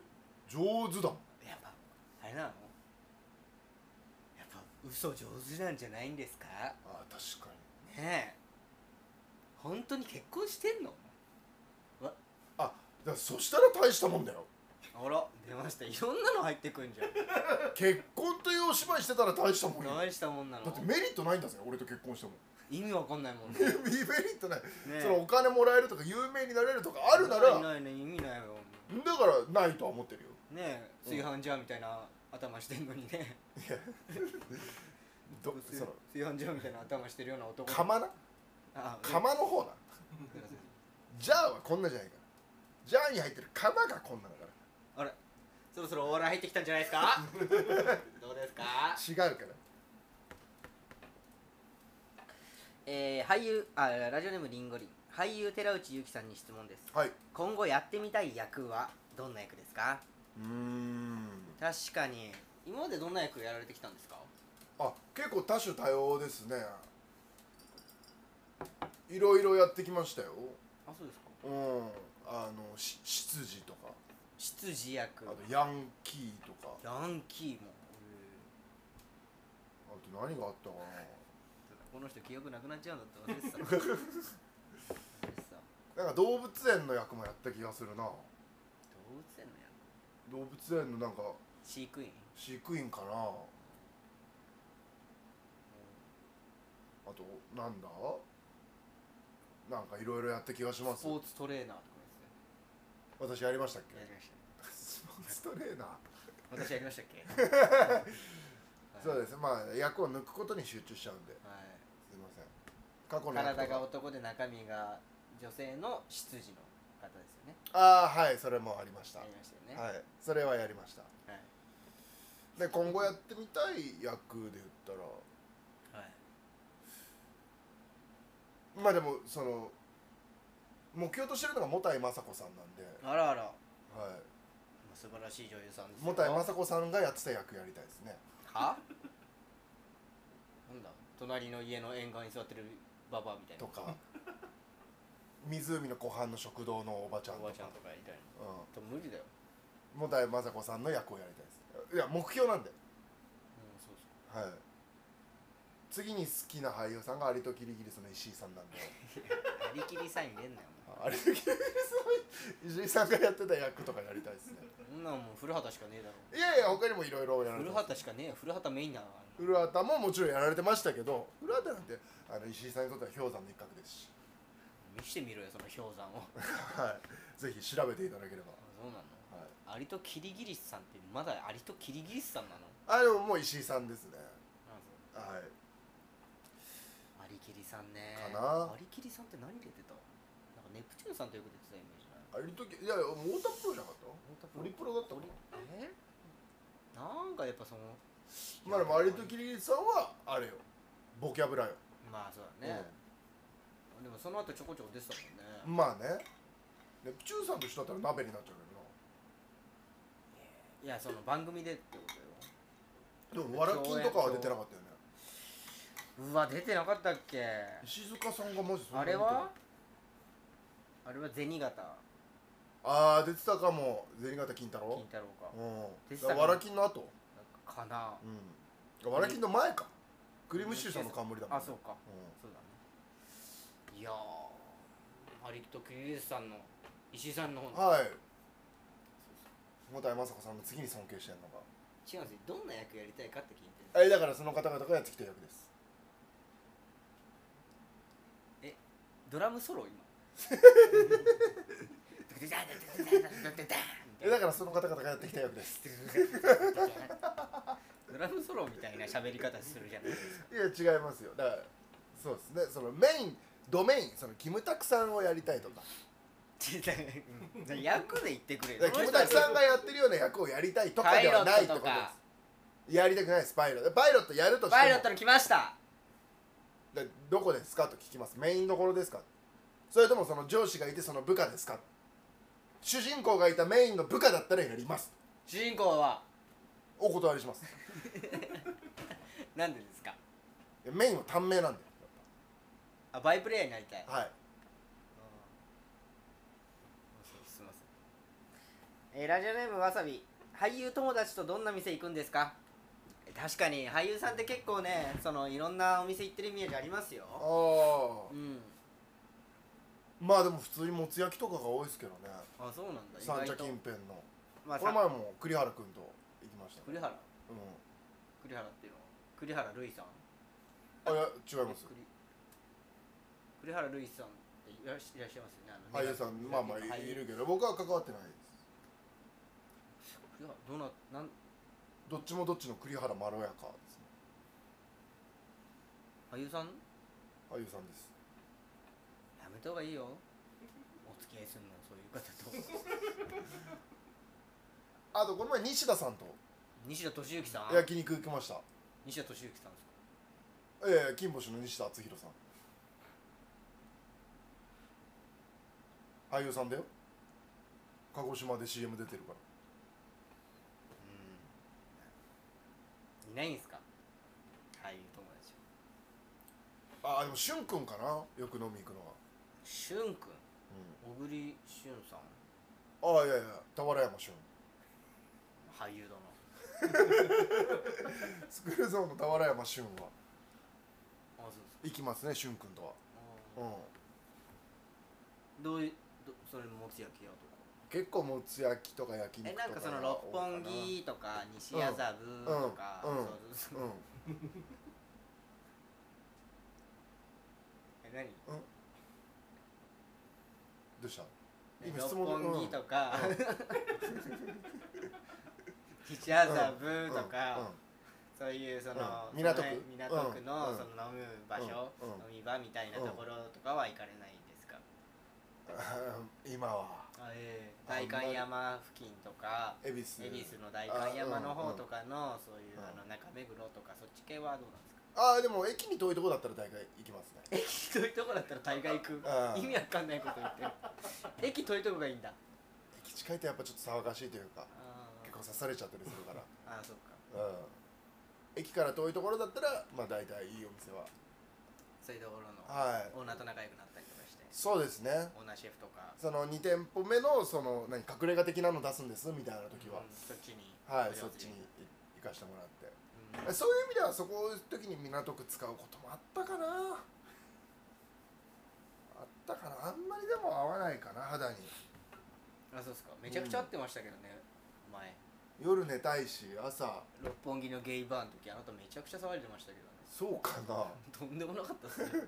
Speaker 2: 上手だもん
Speaker 1: やっぱあれなのやっぱ嘘上手なんじゃないんですか
Speaker 2: あ確かに
Speaker 1: ねねえ本当に結婚してんの
Speaker 2: だからそしたら大したもんだよ
Speaker 1: あら出ましたいろんなの入ってくんじゃん
Speaker 2: 結婚というお芝居してたら大したもんよ
Speaker 1: 大したもんなの
Speaker 2: だってメリットないんだぜ俺と結婚しても
Speaker 1: 意味わかんないもんね
Speaker 2: メリ
Speaker 1: ね
Speaker 2: ットない、
Speaker 1: え
Speaker 2: そのお金もらえるとか有名になれるとかあるならだ
Speaker 1: な
Speaker 2: か
Speaker 1: いないね意味ないよ
Speaker 2: らないとは思ってるよ
Speaker 1: ねえ
Speaker 2: うん
Speaker 1: 炊飯ジャーみたいな頭してんのにね
Speaker 2: ど
Speaker 1: 炊
Speaker 2: その
Speaker 1: 炊飯ジャーみたいな頭してるような男
Speaker 2: 釜な
Speaker 1: あ
Speaker 2: 釜の方なジャーはこんなじゃないからジャーに入ってる釜がこんなだか
Speaker 1: あれそろそろお笑い入ってきたんじゃないですかどうですから
Speaker 2: 違うから
Speaker 1: えー、俳優あラジオネームりんごりん俳優寺内ゆきさんに質問です
Speaker 2: はいう
Speaker 1: 今後やってみたい役はどんな役ですか
Speaker 2: ーん
Speaker 1: 確かに今までどんな役やられてきたんですか
Speaker 2: あ結構多種多様ですねいろいろやってきましたよ
Speaker 1: あそうですか
Speaker 2: うんあのし執事とか
Speaker 1: 執事役
Speaker 2: あとヤンキーとかあ
Speaker 1: ヤンキーも
Speaker 2: と何があったか
Speaker 1: この人記憶なくなっちゃうんだって忘れてた忘れてた
Speaker 2: ななんか動物園の役もやった気がするな
Speaker 1: 動物園の役
Speaker 2: 動物園のなんか
Speaker 1: 飼育員
Speaker 2: 飼育員かなあとなんだなんかいろいろやった気がしま
Speaker 1: ス
Speaker 2: す
Speaker 1: ポーツトレーナーとか
Speaker 2: 私やりましたっ
Speaker 1: ですねやり
Speaker 2: け
Speaker 1: まし
Speaker 2: スポーツトレーナー
Speaker 1: た私やりましたっ け
Speaker 2: そう
Speaker 1: で、
Speaker 2: ですまあ役を抜くことに集中しちゃうんです
Speaker 1: はい
Speaker 2: すいません過去の役
Speaker 1: 体
Speaker 2: とか
Speaker 1: が男で中身が女性の執事の方ですよね。
Speaker 2: ああはいそれもありました、
Speaker 1: ありましたよね。
Speaker 2: はいそれはやりました
Speaker 1: はい。
Speaker 2: で今後やってみたい役で言ったらまあでもその目標としてるのがもたいまさこさんなんで、
Speaker 1: あらあら、
Speaker 2: は
Speaker 1: 素晴らしい女優さんです
Speaker 2: い、
Speaker 1: よ。
Speaker 2: もた いまさこさんがやってた役やりたいですね
Speaker 1: は？なんだ。隣の家の沿岸に座ってるババアみたいな
Speaker 2: と。か湖の湖畔の食堂のおばちゃんと
Speaker 1: おば
Speaker 2: か
Speaker 1: あちゃんとかいたいな。
Speaker 2: う
Speaker 1: と無理だよ。
Speaker 2: ん、もたいまさこさんの役をやりたいですいや目標なんで、
Speaker 1: うんそうそ
Speaker 2: はい、次に好きな俳優さんが有戸キリギリスの石井さんなんで
Speaker 1: う。ありきりさえ入れんなよ。
Speaker 2: あ有戸キリギリスの石井さんがやってた役とかやりたいですね
Speaker 1: お前そんなんもう古畑しかねえだろ。
Speaker 2: いやいや他にもいろいろやられて
Speaker 1: 古
Speaker 2: ます
Speaker 1: 畑しかねえよ。古畑メインなの。
Speaker 2: 古畑ももちろんやられてましたけど古畑なんてあの石井さんにとっては氷山の一角ですし、
Speaker 1: 見してみろよその氷山 を。
Speaker 2: はい、ぜひ調べていただければ、
Speaker 1: そうなの。
Speaker 2: はい、
Speaker 1: アリとキリギリスさんってまだアリとキリギリスさんなの？
Speaker 2: あでももう石井さんですね
Speaker 1: なんすか
Speaker 2: はい
Speaker 1: アリキリさんね
Speaker 2: かな
Speaker 1: アリキリさんって何出てたなんかネプチューンさんとよく出てたイメージない
Speaker 2: 有戸キいやいやモータープロじゃなかったオリプロだったかな
Speaker 1: えなんかやっぱその
Speaker 2: まあでも有戸キリギリスさんはあれよボキャブラよ、
Speaker 1: まあそうだね、でもその後ちょこちょこ出てた
Speaker 2: う
Speaker 1: もんね
Speaker 2: んまあねネプチューンさんと一緒だったら鍋になっちゃう
Speaker 1: いやその番組でってことよ
Speaker 2: けどなでもわらきんとかは出てなかったよね
Speaker 1: うわ出てなかったっけ
Speaker 2: 石塚さんがマジそん
Speaker 1: あ
Speaker 2: な
Speaker 1: れ
Speaker 2: 出てない
Speaker 1: はあれは銭形
Speaker 2: ああ出てたかも銭形金太
Speaker 1: 金
Speaker 2: 郎
Speaker 1: 太郎か
Speaker 2: う
Speaker 1: 出
Speaker 2: ん
Speaker 1: て
Speaker 2: だ
Speaker 1: たか
Speaker 2: か
Speaker 1: ら
Speaker 2: わらきんの後
Speaker 1: なんかかな
Speaker 2: うんわらきんの前かクリームシチューさんの冠だもん、
Speaker 1: あ
Speaker 2: ね、
Speaker 1: そうかそうだねいやーアリとキリギリスさんの石井さんの方の
Speaker 2: うんはいもたいまさこさんの次に尊敬してるのが
Speaker 1: 違うんですよどんな役やりたいかって聞いてる
Speaker 2: えだからその方々がやってきた役です
Speaker 1: ドラムソロ今
Speaker 2: えだからその方々がやってきた役です
Speaker 1: ドラムソロみたいな喋り方するじゃないですか
Speaker 2: いや違いますよだからそうですねそのメインドメインそのキムタクさんをやりたいとか
Speaker 1: うん 役で言ってくれ
Speaker 2: だからキムタクさんがやってるような役をやりたいとかではないってことで
Speaker 1: パイロット
Speaker 2: すやりたくないですパイロットパイロットや るとしても
Speaker 1: パイロットに来ま した
Speaker 2: だどこですかと聞きますメインどころですかそれともその上司がいてその部下ですか主人公がいたメインの部下だったらやります
Speaker 1: 主人公は
Speaker 2: お断りします
Speaker 1: 何でですか
Speaker 2: いやメインは短命なんで
Speaker 1: あバイプレイヤーになりたい
Speaker 2: はい
Speaker 1: すみません、えーラジオネームわさび俳優友達とどんな店行くんですか確かに俳優さんって結構ねそのいろんなお店行ってるイメージありますよ
Speaker 2: ああ
Speaker 1: うん
Speaker 2: まあでも普通にもつ焼きとかが多いですけどね
Speaker 1: あそうなんだ意
Speaker 2: 三
Speaker 1: 外
Speaker 2: 茶
Speaker 1: と
Speaker 2: 近辺の
Speaker 1: まあ
Speaker 2: この
Speaker 1: さ
Speaker 2: 前も栗原君と行きました
Speaker 1: 栗原
Speaker 2: う
Speaker 1: 栗原っていうのは栗原類さん
Speaker 2: んあいや違います
Speaker 1: 栗栗原類さんっていらっしいらっしゃいますよねあの
Speaker 2: 俳優さんまあまあ
Speaker 1: 俳優
Speaker 2: いるけど僕は関わってないです
Speaker 1: 栗原どうななん
Speaker 2: どっちもどっちの栗原まろやかですね
Speaker 1: 俳優さんや
Speaker 2: 俳優さんです
Speaker 1: めた方がいいよお付き合いするのそういう方と
Speaker 2: あとこの前西田さんと
Speaker 1: 西田敏行さん
Speaker 2: 焼肉行きました
Speaker 1: 西田敏行さんですか
Speaker 2: ええ金星の西田篤弘さん俳優さんだよ鹿児島で CM 出てるから
Speaker 1: うんいないんですか俳優友達
Speaker 2: ああでもしゅんくんかなよく飲み行くのは、
Speaker 1: 俊君小栗旬さん
Speaker 2: うん、ああいやいや俵山しゅん
Speaker 1: 俳優だな
Speaker 2: スクールゾーンの俵山しゅんは
Speaker 1: あそうです
Speaker 2: 行きますねしゅんくんとは
Speaker 1: か
Speaker 2: うん
Speaker 1: どういうどそれもつ焼き屋とか
Speaker 2: 結構もつ焼きとか焼き
Speaker 1: え
Speaker 2: 肉と
Speaker 1: な
Speaker 2: か
Speaker 1: んかその
Speaker 2: が
Speaker 1: 六
Speaker 2: 多いかな
Speaker 1: 本木とか西麻布とか、
Speaker 2: うんうん
Speaker 1: そうそうそう
Speaker 2: うん
Speaker 1: え何
Speaker 2: どうした
Speaker 1: ね
Speaker 2: 今質
Speaker 1: 六
Speaker 2: 問
Speaker 1: 本木と か、西麻布とか、
Speaker 2: うんうん
Speaker 1: そういうその、
Speaker 2: うん港区
Speaker 1: その辺港区の、
Speaker 2: うん
Speaker 1: その飲む場所、
Speaker 2: うん
Speaker 1: 飲み場みたいなところとかは行かれないんですか、
Speaker 2: 今は
Speaker 1: あええ代官山付近とか
Speaker 2: 恵比寿
Speaker 1: 恵比寿の代官山の方とかの、そういう、
Speaker 2: うん
Speaker 1: あの中目黒とかそっち系はどうなんですか
Speaker 2: ああでも駅に遠いとこだったら大概行きますね
Speaker 1: 駅 遠いとこだったら大概行く
Speaker 2: ああ
Speaker 1: 意味わかんないこと言 ってる駅遠いとこがいいんだ
Speaker 2: 駅近いとやっぱちょっと騒がしいというか
Speaker 1: あー
Speaker 2: 結構刺されちゃったりするから
Speaker 1: あーそっか
Speaker 2: うん駅から遠いところだったらまあ大体いいお店は
Speaker 1: そういうところの
Speaker 2: はい
Speaker 1: オーナーと仲良くなったりとかして
Speaker 2: そうですね
Speaker 1: オーナーシェフとか
Speaker 2: その2店舗目のその何隠れ家的なの出すんですみたいな時は
Speaker 1: うん、そっちに
Speaker 2: はい
Speaker 1: お
Speaker 2: そ
Speaker 1: 上
Speaker 2: っ
Speaker 1: 手
Speaker 2: ちに行かしてもらって
Speaker 1: うん
Speaker 2: えそういう意味ではそこの時に港区使うこともあったかなあったかなあんまりでも合わないかな肌に
Speaker 1: あそうっすかめちゃくちゃ会ってましたけどね、前
Speaker 2: 夜寝たいし朝
Speaker 1: 六本木のゲイバーの時あなためちゃくちゃ騒いでましたけどね
Speaker 2: そうかな
Speaker 1: とんでもなかったっす ね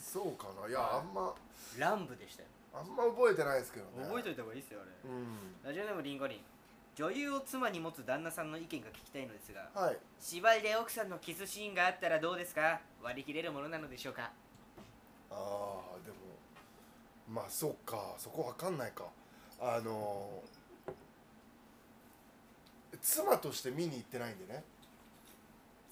Speaker 2: そうかないや
Speaker 1: はい
Speaker 2: あんま
Speaker 1: 乱舞でしたよ
Speaker 2: あんま覚えてないですけどね
Speaker 1: 覚えと
Speaker 2: い
Speaker 1: いた方がいいですよあれ、
Speaker 2: うん
Speaker 1: ラジオネームリンゴリン女優を妻に持つ旦那さんの意見が聞きたいのですが
Speaker 2: はい
Speaker 1: 芝居で奥さんのキスシーンがあったらどうですか割り切れるものなのでしょうか
Speaker 2: あーでもまあそっかそこわかんないかあのー妻として見に行ってないんでね、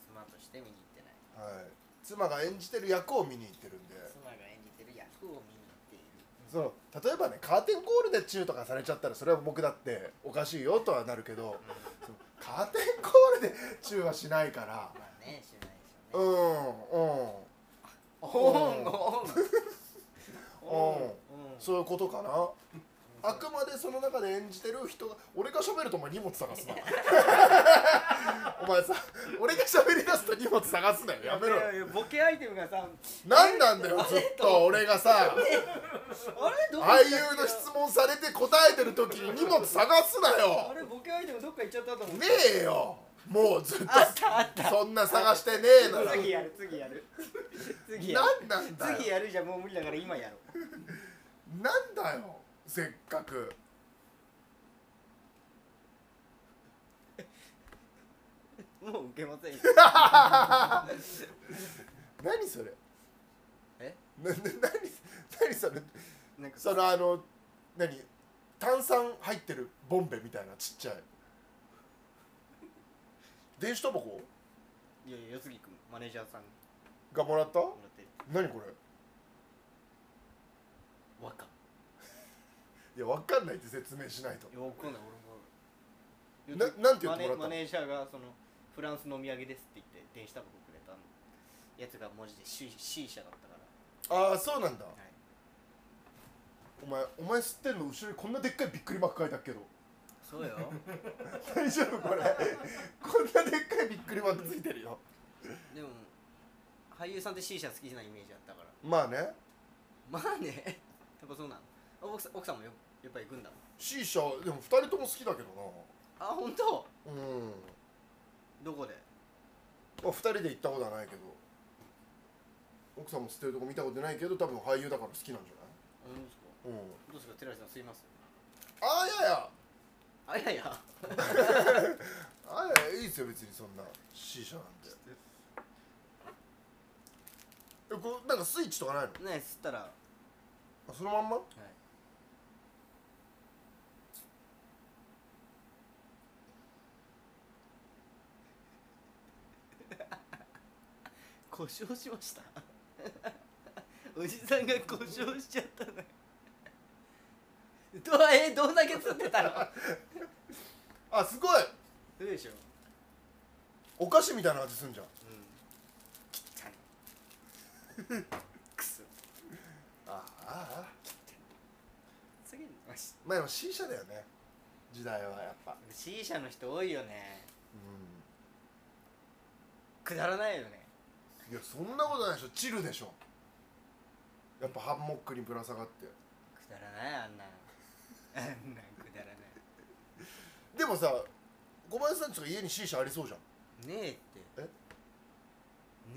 Speaker 1: 妻として見に行ってない
Speaker 2: はい、妻が演じてる役を見に行ってるんで
Speaker 1: 妻が演じてる役を見に行っている
Speaker 2: その例えばねカーテンコールでチューとかされちゃったらそれは僕だっておかしいよとはなるけどそのカーテンコールでチューはしないから
Speaker 1: まあねしないでし
Speaker 2: う
Speaker 1: ょうね
Speaker 2: んうん
Speaker 1: オンオン
Speaker 2: オン
Speaker 1: うん
Speaker 2: そういうことかなあくまでその中で演じてる人が俺が喋るとお前荷物探す なお前さ俺が喋り出すと荷物探すなよやめろよ
Speaker 1: いいやボケアイテムがさ
Speaker 2: 何なんだよずっと俺が
Speaker 1: あ
Speaker 2: さ
Speaker 1: れどこ行ったっ
Speaker 2: 俳
Speaker 1: け
Speaker 2: 優の質問されて答えてる時に荷物探すな
Speaker 1: あ
Speaker 2: よ
Speaker 1: れボケアイテムどっか行っちゃったと思う
Speaker 2: ねえよもうずっと
Speaker 1: あったあった
Speaker 2: そんな探してねえなら
Speaker 1: 次やる次やる次やる
Speaker 2: 何なんだよ
Speaker 1: 次やるじゃもう無理だから今やろう
Speaker 2: なんだよせっかく
Speaker 1: もう受けま せんよ
Speaker 2: 何それ
Speaker 1: え
Speaker 2: なな何何それ
Speaker 1: なんか
Speaker 2: そのあの何炭酸入ってるボンベみたいなちっちゃい電子タバコ
Speaker 1: いやいや、よすぎくん、マネージャーさん
Speaker 2: がもらった
Speaker 1: もらってる。
Speaker 2: 何これ
Speaker 1: わかん。
Speaker 2: いやわかんないって説明しないと
Speaker 1: いや、わかんない、俺も。
Speaker 2: ななんて言ってもらったの
Speaker 1: マネマネージャーが、その、フランスのお土産ですって言って、電子タバコくれたのやつが文字で C, C 社だったから。
Speaker 2: ああそうなんだ
Speaker 1: はい。
Speaker 2: お前お前吸ってんの後ろにこんなでっかいびっくりマーク書いてあっけど
Speaker 1: そうよ
Speaker 2: 大丈夫これ こんなでっかいびっくりマークついてるよ
Speaker 1: でも俳優さんって C 社好きなイメージあったから
Speaker 2: まあね
Speaker 1: まあねやっぱそうなの奥さん奥さんもよやっぱ行くんだもん
Speaker 2: C 社でも2人とも好きだけど
Speaker 1: あ本当
Speaker 2: なうん
Speaker 1: どこで
Speaker 2: まあ、2人で行ったことはないけど奥さんも捨てるとこ見たことないけど多分俳優だから好きなんじゃ
Speaker 1: 本当ですか
Speaker 2: ない、うん、
Speaker 1: どうですか寺地さんすいます
Speaker 2: ああいやいや
Speaker 1: あいやいや
Speaker 2: ああいやいいですよ別にそんな C 社なんてえこうなんかスイッチとかないの
Speaker 1: ね吸ったらは
Speaker 2: あそのまんま
Speaker 1: い故障しましたおじさんが故障しちゃったのよどうえどんだけ吸ってたの
Speaker 2: あすごい
Speaker 1: どうでしょう
Speaker 2: お菓子みたいな味すんじゃん
Speaker 1: うん汚いくそ
Speaker 2: ああ
Speaker 1: すげえなし
Speaker 2: まあでも C 社だよね時代はやっぱ
Speaker 1: C 社の人多いよね
Speaker 2: う
Speaker 1: くだらないよね
Speaker 2: んいやそんなことないでしょチルでしょやっぱハンモックにぶら下がって
Speaker 1: くだらないあんなのあんなんくだらない
Speaker 2: でもさ小林さんちとか家に C 社ありそうじゃん
Speaker 1: ねえって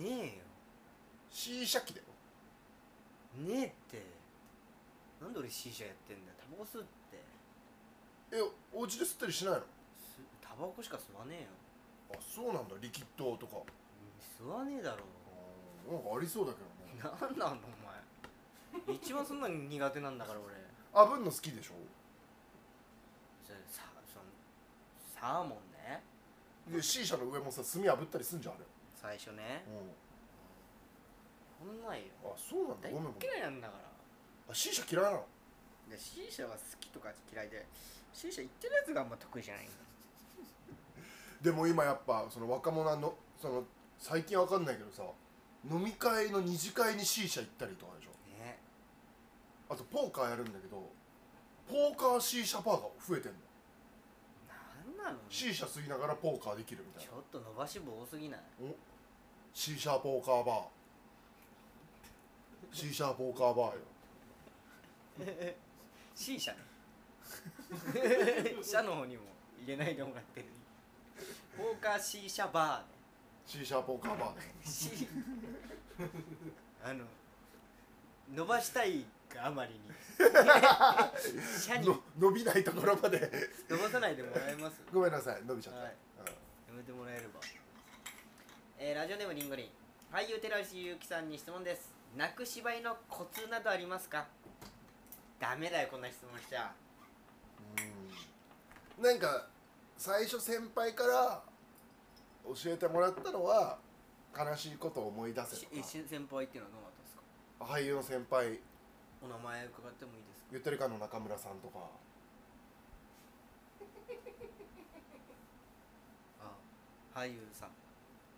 Speaker 1: ねえよ
Speaker 2: C 社機だよ
Speaker 1: ねえってなんで俺 C 社やってんだよタバコ吸って
Speaker 2: えお家で吸ったりしないの
Speaker 1: すタバコしか吸わねえよ
Speaker 2: あそうなんだリキッドとか
Speaker 1: うん吸わねえだろ
Speaker 2: あーなんかありそうだけどね
Speaker 1: なんなのお前一番そんなの苦手なんだから俺
Speaker 2: あぶんの好きでしょ
Speaker 1: それさそのサーモンね
Speaker 2: で C 社の上もさ炭炙ったりすんじゃんあれ
Speaker 1: 最初ね
Speaker 2: う
Speaker 1: そんないよ
Speaker 2: んあそうなんだ
Speaker 1: 大
Speaker 2: ご
Speaker 1: っ
Speaker 2: めんごめん
Speaker 1: 嫌いなんだから
Speaker 2: あ C 社嫌いなの
Speaker 1: で C 社は好きとか嫌いで C 社行ってるやつがあんま得意じゃないんだ
Speaker 2: でも今やっぱその若者のその最近わかんないけどさ飲み会の二次会に C 社行ったりとかでしょ
Speaker 1: ね
Speaker 2: あとポーカーやるんだけどポーカー C 社パーが増えてんの
Speaker 1: なんなの
Speaker 2: C 社吸いながらポーカーできるみたい
Speaker 1: ち
Speaker 2: な
Speaker 1: ょっと伸ばし棒多すぎない
Speaker 2: C 社ポーカーバー C 社ポーカーバーよ
Speaker 1: C 社ね社の方にも入れないでもらってるポーカー C 社バ
Speaker 2: C 社ポーカーバーで
Speaker 1: ーね C あの伸ばしたいがあまりに社に
Speaker 2: の伸びないところまで
Speaker 1: 伸ばさないでもらえます
Speaker 2: ごめんなさい伸びちゃった、
Speaker 1: はい
Speaker 2: うん
Speaker 1: やめてもらえれば、えーラジオネームりんごりん俳優寺内ゆうきさんに質問です泣く芝居のコツなどありますかダメだよこんな質問しちゃ
Speaker 2: うんなんか最初先輩から教えてもらったのは悲しいことを思い出せ
Speaker 1: し
Speaker 2: と
Speaker 1: えし先輩っていうのはどうなったんですか
Speaker 2: か俳優の先輩
Speaker 1: お名前伺ってもいいですか
Speaker 2: ゆとりかの中村さんとか
Speaker 1: あ俳優さん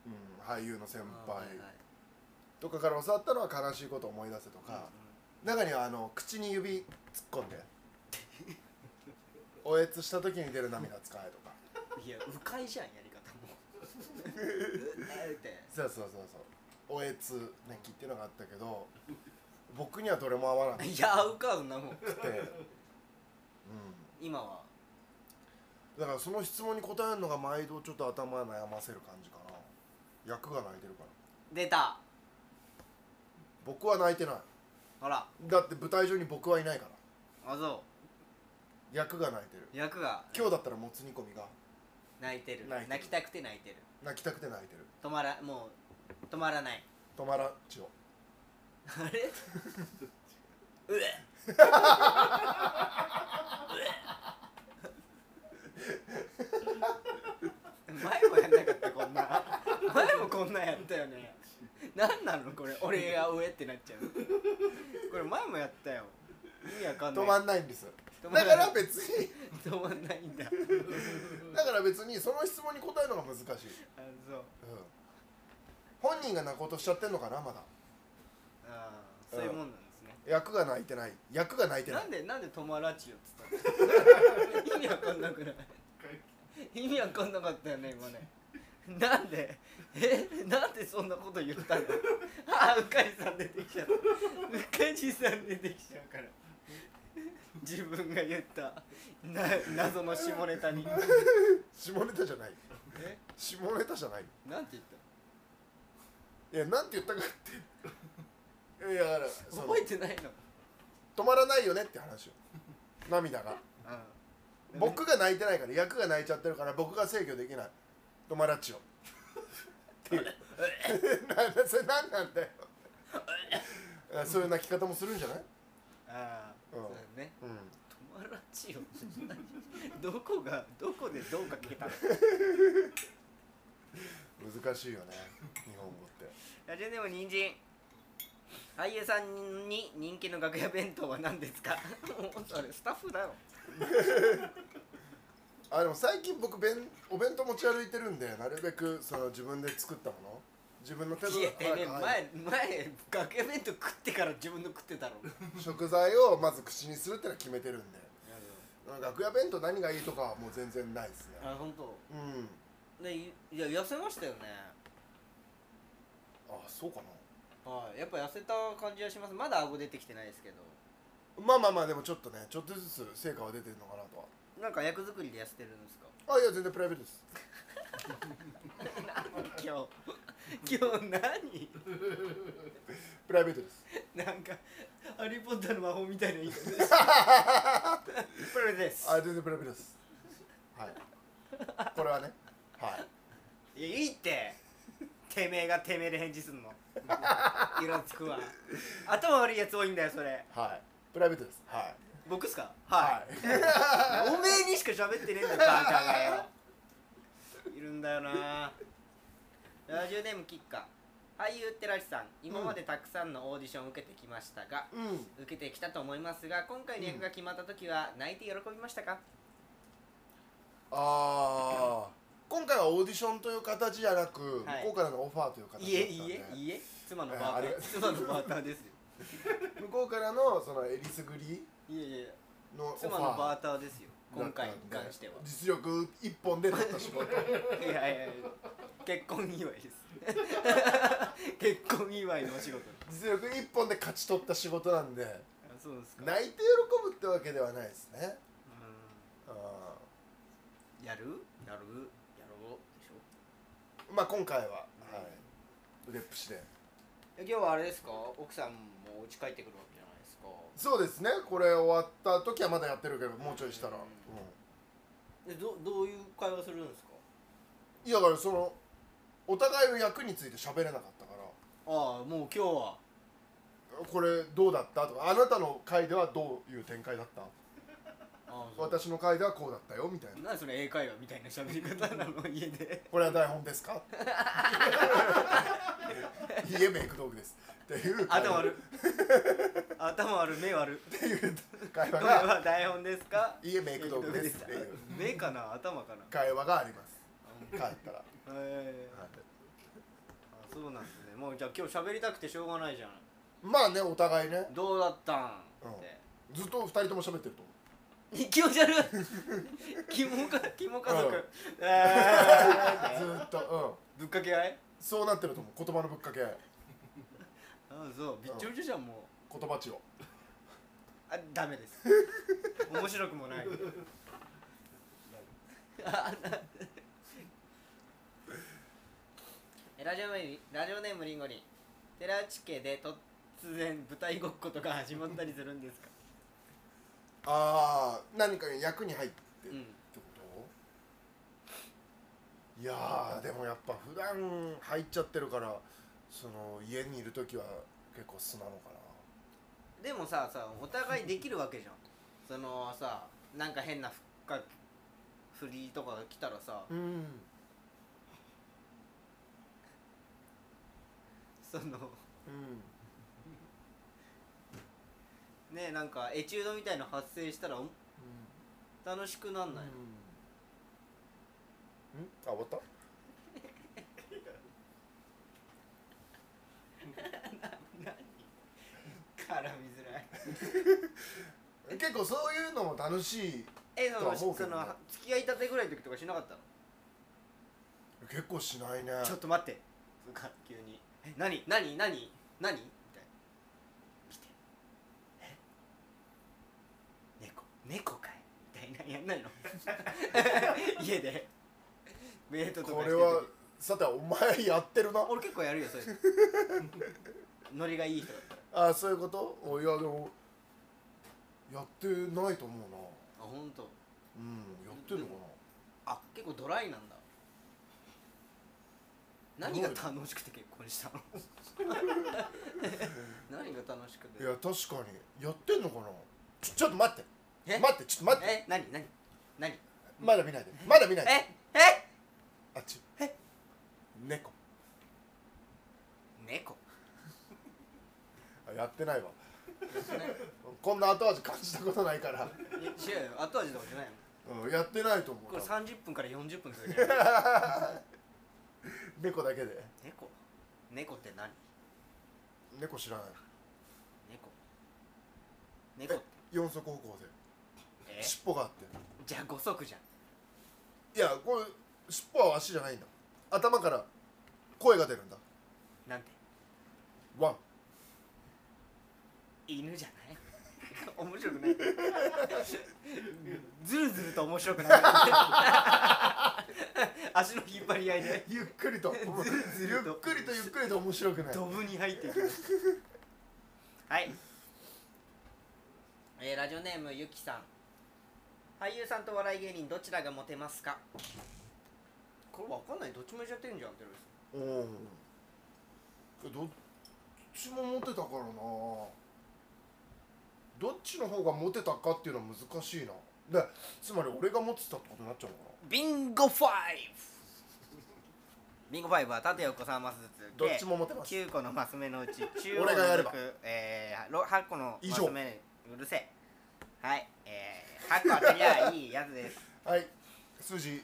Speaker 2: うん俳優の先
Speaker 1: あは
Speaker 2: 輩
Speaker 1: いはい
Speaker 2: とかから教わったのは悲しいことを思い出せとか中にはあの口に指突っ込んで おえつした時に出る涙使えとか
Speaker 1: うんうんいや迂回じゃんやり方も うって
Speaker 2: そうそうそうそうおえつねきっていうのがあったけど僕にはどれも合わなくて
Speaker 1: いや合うかそんなもん
Speaker 2: うん
Speaker 1: 今は
Speaker 2: だからその質問に答えるのが毎度ちょっと頭悩ませる感じかな役が泣いてるから
Speaker 1: 出た
Speaker 2: 僕は泣いてない
Speaker 1: ほら
Speaker 2: だって舞台上に僕はいないから
Speaker 1: あそ
Speaker 2: 役が泣いてる
Speaker 1: う役が
Speaker 2: 今日だったらもつ煮込みが
Speaker 1: 泣いてる
Speaker 2: 泣いてる
Speaker 1: 泣きたくて泣いてる
Speaker 2: 泣きたくて泣いてる
Speaker 1: 止まらもう止まらない
Speaker 2: 止まらんちよ
Speaker 1: あれうえうえ前もやんなかったこんな前もこんなんやったよね何なのこれ俺が上ってなっちゃうこれ前もやったよ意味わかんない
Speaker 2: 止まんないんです
Speaker 1: 止ま
Speaker 2: だ
Speaker 1: ん
Speaker 2: か
Speaker 1: ない
Speaker 2: ら別に
Speaker 1: 止まんないんだ
Speaker 2: だから別にその質問に答えるのが難しい、うん、
Speaker 1: あそう
Speaker 2: 本人が泣こうとしちゃってんのかなまだ
Speaker 1: あーそういうもんなんですね
Speaker 2: 役が泣いてない役が泣いてない
Speaker 1: なんでなんで友達よっつ ったの意味わかんなくない意味わかんなかったよね今ねなんでえなんでそんなこと言ったのああうっかりさん出てきちゃったうっかりさん出てきちゃうから自分が言ったな謎の下ネタに
Speaker 2: 下ネタじゃない
Speaker 1: え
Speaker 2: 下ネタじゃない
Speaker 1: なんて言っ
Speaker 2: いやなんて言ったかっていやだから
Speaker 1: た
Speaker 2: そ
Speaker 1: の
Speaker 2: の
Speaker 1: 覚えてないの、
Speaker 2: 止まらないよねって話よ涙が
Speaker 1: うん、
Speaker 2: 僕が泣いてないから役が泣いちゃってるから僕が制御できない友達よっていう なんだそれ何なんだよあそういう泣き方もするんじゃない
Speaker 1: ああ、
Speaker 2: うん
Speaker 1: そうだね
Speaker 2: うん
Speaker 1: 友達よ どこがどこでどうかけたの
Speaker 2: 難しいよね 日本語って
Speaker 1: ラジオネーム人参俳優さんに人気の楽屋弁当は何ですか もうそれスタッフだよ
Speaker 2: あでも最近僕弁お弁当持ち歩いてるんでなるべくその自分で作ったもの自分の手
Speaker 1: いやてめえ
Speaker 2: ではい
Speaker 1: 前前楽屋弁当食ってから自分の食ってたろ
Speaker 2: 食材をまず口にするってのは決めてるんで楽屋弁当何がいいとかはもう全然ないですね
Speaker 1: あ本当。
Speaker 2: うん
Speaker 1: でいいや痩せましたよね
Speaker 2: あそうかな
Speaker 1: はいやっぱ痩せた感じはしますまだ顎出てきてないですけど
Speaker 2: まあまあまあでもちょっとねちょっとずつ成果は出てるのかなと
Speaker 1: なんか役作りで痩せてるんですか
Speaker 2: はあいや全然プライベートです
Speaker 1: 今日 今日何
Speaker 2: プライベートです
Speaker 1: なんか「ハリー・ポッターの魔法」みたいな言い方でしたこれです
Speaker 2: あ全然プライベートですはいこれはねはい
Speaker 1: いやいいっててめえがてめえで返事すんのイラつくわ頭悪いやつ多いんだよそれ
Speaker 2: はいプライベートですはい
Speaker 1: 僕っすか
Speaker 2: は
Speaker 1: はいいおめえにしか喋ってねえんだよバカがよいるんだよなラジオネームキッカ俳優寺地さん今までたくさんのオーディションを受けてきましたが、
Speaker 2: うん
Speaker 1: 受けてきたと思いますが今回の役が決まった時は泣いて喜びましたか、
Speaker 2: ああ今回はオーディションという形じゃなく、
Speaker 1: はい
Speaker 2: 向こうからのオファーという形だったんで
Speaker 1: いえいえいえ妻のバー
Speaker 2: あり
Speaker 1: タ
Speaker 2: が
Speaker 1: ー妻のバーターですよ
Speaker 2: 向こうからのそのえりすぐり
Speaker 1: いえいえ
Speaker 2: のオファー
Speaker 1: 妻のバー
Speaker 2: ー
Speaker 1: ターですよ今回に関しては
Speaker 2: 実力一本で取った仕事
Speaker 1: いやいやいや結婚祝い です結婚祝いのお仕事
Speaker 2: 実力一本で勝ち取った仕事なんで
Speaker 1: そうですか
Speaker 2: 泣いて喜ぶってわけではないですねあ
Speaker 1: うんやるやるやろうでしょ
Speaker 2: ーまあ今回は、はい、腕っぷしで
Speaker 1: 今日はあれですか奥さんもお家帰ってくるわけじゃないですか
Speaker 2: そうですねこれ終わった時はまだやってるけどもうちょいしたら、
Speaker 1: うん
Speaker 2: う
Speaker 1: でどどういう会話するんですか
Speaker 2: ん、いやだからそのお互いの役について喋れなかったから
Speaker 1: ああもう今日は
Speaker 2: これどうだったとかあなたの回ではどういう展開だった
Speaker 1: ああそう
Speaker 2: 私の回ではこうだったよみたいな
Speaker 1: 何それ英会話みたいな喋り方なの家で
Speaker 2: これは台本ですかいえメイク道具ですっていう会
Speaker 1: 頭
Speaker 2: 話
Speaker 1: 悪い 頭悪い目 悪い
Speaker 2: 会
Speaker 1: これ
Speaker 2: 話が
Speaker 1: は台本ですか
Speaker 2: いえメイク道具ですっていう
Speaker 1: 目かな頭かな
Speaker 2: 会話があります帰ったら、
Speaker 1: えーあそうなんですねもうじゃあ今日喋りたくてしょうがないじゃん
Speaker 2: まあねお互いね
Speaker 1: どうだったんっ
Speaker 2: うん
Speaker 1: て
Speaker 2: ずっと二人とも喋ってると思う
Speaker 1: 気持ち 悪いキモかキモ家
Speaker 2: う
Speaker 1: 族
Speaker 2: ん
Speaker 1: えー
Speaker 2: ずーっと、うん、
Speaker 1: ぶっかけ合い
Speaker 2: そうなってると思う言葉のぶっかけ
Speaker 1: あそうびっちょびちょじゃんもう
Speaker 2: 言葉値を
Speaker 1: あダメです 面白くもないあな えラジオネームラジオネームリンゴリン寺内家で突然舞台ごっことか始まったりするんですか
Speaker 2: ああ何か役に入って
Speaker 1: う
Speaker 2: る
Speaker 1: ん
Speaker 2: ってこといやーでもやっぱ普段入っちゃってるからその家にいる時は結構素なのかな
Speaker 1: でもささお互いできるわけじゃんそのさなんか変なふっか振りとかが来たらさ
Speaker 2: うん
Speaker 1: その
Speaker 2: うん
Speaker 1: ねなんかエチュードみたいの発生したらお楽しくなん
Speaker 2: うん
Speaker 1: ない、
Speaker 2: うんあ終わった
Speaker 1: 絡みづらい
Speaker 2: 結構そういうのも楽しい
Speaker 1: えそ
Speaker 2: とは
Speaker 1: の
Speaker 2: 思うけ
Speaker 1: そ
Speaker 2: どね
Speaker 1: の付き合いたてぐらいの時とかしなかったの、
Speaker 2: 結構しないね
Speaker 1: ちょっと待ってとか急に「え何何何何?」みたいな来て「え猫猫かい?」みたいなやん ないの家でメイトとか
Speaker 2: こ
Speaker 1: して
Speaker 2: れ
Speaker 1: る時
Speaker 2: はさてお前やってるな
Speaker 1: 俺結構やる よそれノリがいい人だったら
Speaker 2: あそういうことおいやでもやってないと思うな
Speaker 1: あ本当。
Speaker 2: うんやってんのか
Speaker 1: あ結構ドライなんだ何が楽しくて結婚したの何が楽しくて
Speaker 2: ないや確かにやってんのかなちょちょっと待って
Speaker 1: え
Speaker 2: 待ってちょっと待って
Speaker 1: え何何何
Speaker 2: まだ見ないでまだ見ないで
Speaker 1: ええ
Speaker 2: あっち
Speaker 1: え
Speaker 2: 猫
Speaker 1: 猫
Speaker 2: あやってないわ
Speaker 1: じゃない
Speaker 2: こんな後味感じたことないか
Speaker 1: い
Speaker 2: ら、
Speaker 1: や違うよ後味とかじゃないの
Speaker 2: うん、やってないと思う
Speaker 1: これ
Speaker 2: 多分
Speaker 1: 30分から40分するじゃない
Speaker 2: 猫だけで
Speaker 1: 猫猫って何
Speaker 2: 猫知らない
Speaker 1: 猫猫って
Speaker 2: 四足歩行
Speaker 1: え
Speaker 2: で尻尾があって
Speaker 1: じゃあ5足じゃん
Speaker 2: いやこれ尻尾は足じゃないんだ頭から声が出るんだ
Speaker 1: なんて
Speaker 2: ワン
Speaker 1: 犬じゃない 面白く ないずるずると面白くない 足の引っ張り合いで
Speaker 2: ゆっくり と
Speaker 1: ずるず
Speaker 2: ゆっ
Speaker 1: ると
Speaker 2: くりとゆっくりと面白くない
Speaker 1: ドブに入っていきましたはい、えーラジオネームゆきさん俳優さんとお笑い芸人どちらがモテますかこれわかんないどっちもやっちゃってんじゃんってる
Speaker 2: うんどっちもモテたからなどっちの方がモテたかっていうのは難しいなでつまり俺がモテたってことになっちゃうのかな
Speaker 1: ビンゴ5ビンゴ5は縦横3マスずつ
Speaker 2: ど
Speaker 1: で
Speaker 2: っちもモテます
Speaker 1: 9個のマス目のう ち中央
Speaker 2: 俺がやれ
Speaker 1: の
Speaker 2: ば
Speaker 1: 6、えー、ろ8個の
Speaker 2: 以
Speaker 1: マ
Speaker 2: 上
Speaker 1: ス目うるせえはい、えー、8個当てりゃいいやつ です
Speaker 2: はい数字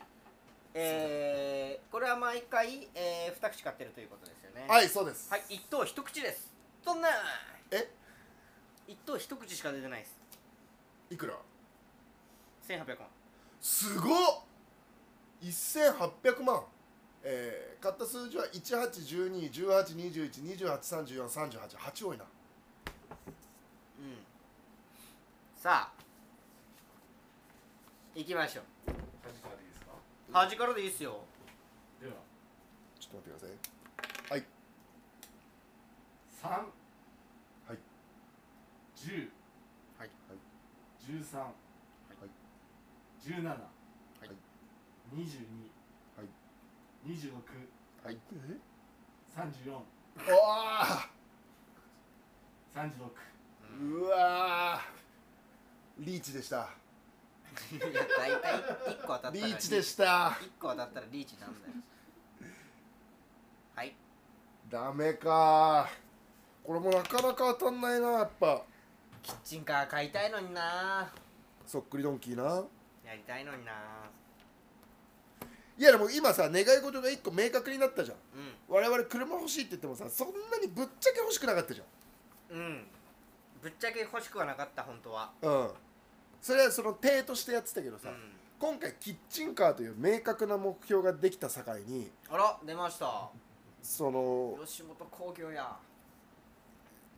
Speaker 1: えー、これは毎回、えー、2口買ってるということですよね、
Speaker 2: はいいそうです、
Speaker 1: はい、1等一口ですそんな
Speaker 2: え
Speaker 1: 1等一口しか出てないです
Speaker 2: いくら
Speaker 1: 1800万
Speaker 2: すごっ1800万えー、買った数字は181218212834348多
Speaker 1: う
Speaker 2: いな
Speaker 1: んさあ行きましょう
Speaker 3: 端からでいいですか
Speaker 1: 端からでいいっすよ
Speaker 3: では
Speaker 2: ちょっと待ってください
Speaker 3: 三
Speaker 2: はい
Speaker 3: 十
Speaker 1: はい
Speaker 3: 十三
Speaker 2: い
Speaker 3: 十七
Speaker 1: い
Speaker 3: 二十二
Speaker 2: はい
Speaker 3: 二十六
Speaker 2: はい
Speaker 3: 三十四
Speaker 2: おあ
Speaker 3: 三十六
Speaker 2: うわーリーチでした
Speaker 1: いや大体1個当たったら
Speaker 2: リーチでした
Speaker 1: 1個当たったらリーチなんだよはい
Speaker 2: ダメかこれもなかなか当たんないなやっぱ
Speaker 1: キッチンカー買いたいのにな
Speaker 2: そっくりドンキーな
Speaker 1: やりたいのにない
Speaker 2: やでも今さ願い事が一個明確になったじゃん
Speaker 1: う
Speaker 2: 我々車欲しいって言ってもさそんなにぶっちゃけ欲しくなかったじ
Speaker 1: んうんぶっちゃけ欲しくはなかった本当は
Speaker 2: ゃんうんそれはその体としてやってたけど
Speaker 1: う
Speaker 2: さ、
Speaker 1: ん
Speaker 2: 今回キッチンカーという明確な目標ができた境に
Speaker 1: あら出ました
Speaker 2: その
Speaker 1: 吉本興業や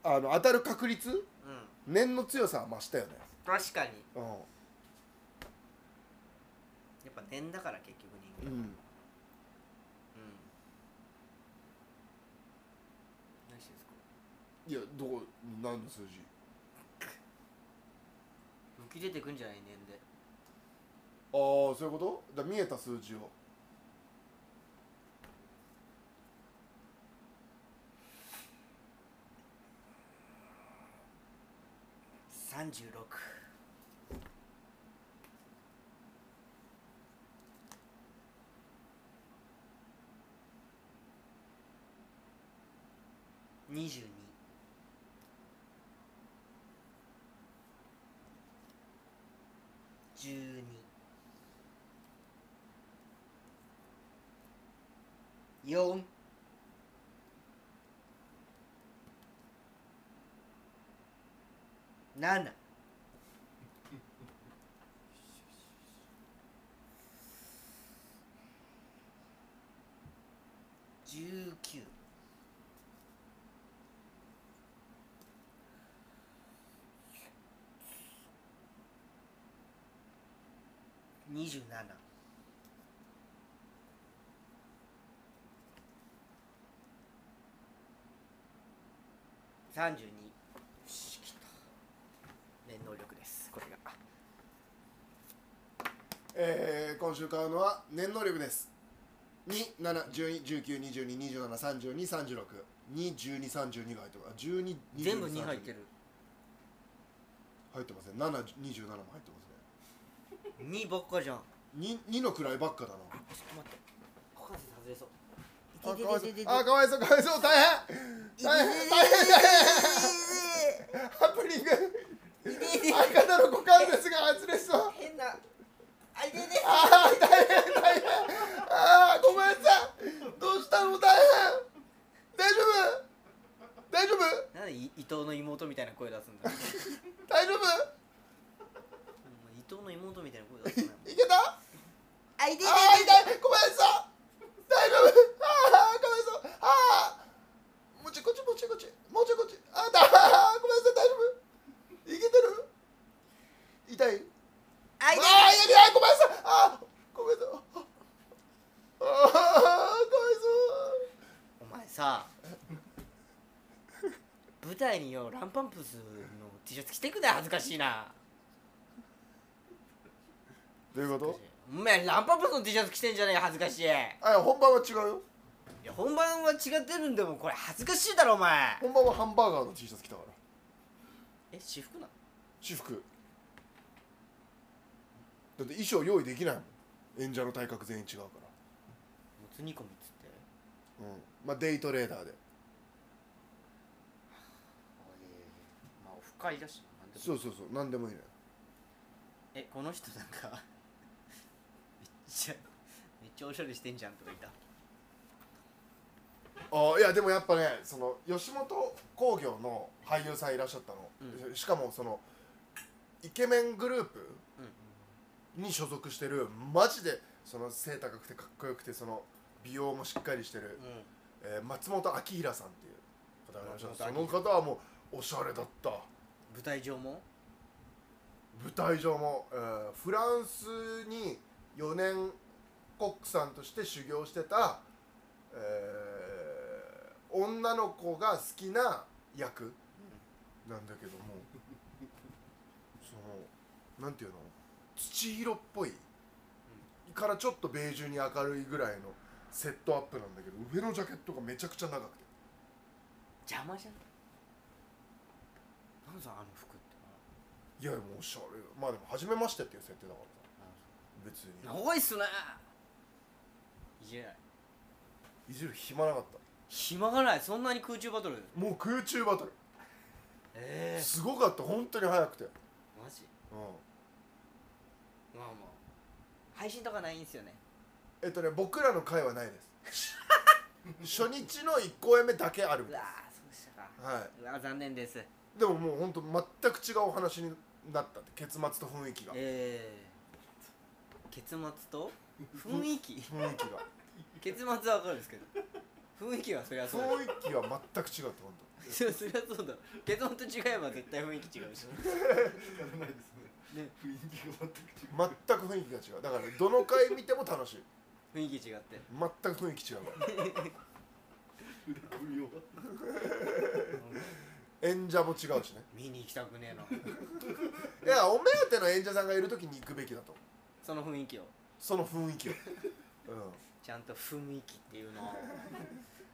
Speaker 2: あの当たる確率
Speaker 1: うん
Speaker 2: 念の強さは増したよね
Speaker 1: 確かに
Speaker 2: う
Speaker 1: やっぱ年だから結局人
Speaker 2: ん、
Speaker 1: 間
Speaker 2: う
Speaker 1: う
Speaker 2: ん、
Speaker 1: ん何してんですか
Speaker 2: いやどこ何の数字
Speaker 1: 浮き出てくんじゃない年で
Speaker 2: ああそういうことだから見えた数字を
Speaker 1: 36二十二。十二。四。 7十九。二十七。三十二。よしきた念能力ですこれが
Speaker 2: えー、今週買うのは念能力です2 7 1 2 1 9 2 2 2 7 3 2 3 6 2 1 2 3 2が入ってます12
Speaker 1: 全部2入ってる
Speaker 2: 入ってますね727も入ってますね
Speaker 1: 2ばっかじゃん
Speaker 2: 2, 2の位ばっかだな
Speaker 1: ちょっと待って股関節外れそう
Speaker 2: あかわいそう
Speaker 1: 痛い痛い痛い痛い
Speaker 2: あかわいそうかわいそう大変大変大変ハプニング相方の股関節が外れそう
Speaker 1: 変なあ痛い痛い
Speaker 2: あー大変大変あーごめんなさいどうしたの大変大丈夫大丈夫
Speaker 1: なんでい伊藤の妹みたいな声出すんだ もう
Speaker 2: 大丈夫
Speaker 1: 伊藤の妹みたいな声出すな
Speaker 2: いけたあ
Speaker 1: あ痛い
Speaker 2: ー
Speaker 1: 痛
Speaker 2: 痛
Speaker 1: い
Speaker 2: いごめんなさい大丈夫あーごめんなさいあーもうちょいこっちもうちょいこっちもうちょいこっちあーだあーごめんなさい大丈夫いけてる痛い
Speaker 1: あ
Speaker 2: あ
Speaker 1: 痛い
Speaker 2: あいやいやごめんなさいあーごめんなさいあーあーかわいそう
Speaker 1: お前さ舞台によランパンプスの T シャツ着てくな恥ずかしいな
Speaker 2: どういうこ
Speaker 1: お前ランパンプスの T シャツ着てんじゃねえよ恥ずかしい
Speaker 2: あいや本番は違うよ
Speaker 1: いや本番は違ってるんでもこれ恥ずかしいだろお前
Speaker 2: 本番はハンバーガーの T シャツ着たから
Speaker 1: え私服なの
Speaker 2: 私服だって衣装用意できないもん演者の体格全員違うから
Speaker 1: もつ煮込みっつって
Speaker 2: うんまあデイトレーダーで
Speaker 1: まあオフ会だしなんでも
Speaker 2: そうそうそう何でもいいのよ
Speaker 1: えこの人なんか めっちゃめっちゃおしゃれしてんじゃんとか言った
Speaker 2: あーいやでもやっぱねその吉本興業の俳優さんいらっしゃったの、
Speaker 1: う
Speaker 2: ししかもそのイケメングループ
Speaker 1: うん
Speaker 2: に所属してるマジでその背高くてかっこよくてその美容もしっかりしてる、
Speaker 1: う
Speaker 2: えー松本明宏さんっていう方がいらっしゃるそ
Speaker 1: 松本
Speaker 2: の
Speaker 1: 明
Speaker 2: 方はもうおしゃれだった
Speaker 1: ん舞台上も
Speaker 2: 舞台上も、えーフランスに4年コックさんとして修行してた、えー女の子が好きな役なんだけどもそのなんていうの土色っぽいからちょっとベージュに明るいぐらいのセットアップなんだけど上のジャケットがめちゃくちゃ長くて
Speaker 1: 邪魔じゃんなんさあの服って
Speaker 2: いやでもおしゃれよまあでも初めましてっていう設定だからさ別に
Speaker 1: 長いっすねいじれない
Speaker 2: いじる暇なかった
Speaker 1: 暇がないそんなに空中バトル
Speaker 2: もう空中バトル
Speaker 1: え
Speaker 2: すごかった本当に早くて、うん、
Speaker 1: マジまあまあ配信とかないんすよね
Speaker 2: えっとね僕らの回はないです 初日の1公演目だけあるみ
Speaker 1: う
Speaker 2: たい
Speaker 1: わ
Speaker 2: で
Speaker 1: ーそうでしたか
Speaker 2: すは
Speaker 1: うわー残念です
Speaker 2: いでももう本当全く違うお話になったって結末と雰囲気が雰
Speaker 1: えー、結末と雰囲気
Speaker 2: 囲気 が
Speaker 1: 結末は分かるんですけど雰囲気はそりゃそうだ
Speaker 2: 雰囲気は全く違うって本
Speaker 1: そりゃそうだ結論と違えば絶対雰囲気違うし
Speaker 3: 聞かれないですね
Speaker 1: ね
Speaker 3: 雰囲気が全く違う
Speaker 2: 当全く雰囲気が違うだからどの回見ても楽しい
Speaker 1: 雰囲気違って
Speaker 2: 全く雰囲気違うから
Speaker 3: 触れ込み終わった
Speaker 2: 演者も違うしね
Speaker 1: 見に行きたくねえない
Speaker 2: やお目当ての演者さんがいる時に行くべきだと
Speaker 1: その雰囲気を
Speaker 2: その雰囲気を、うん
Speaker 1: ちゃんと雰囲気っていうのを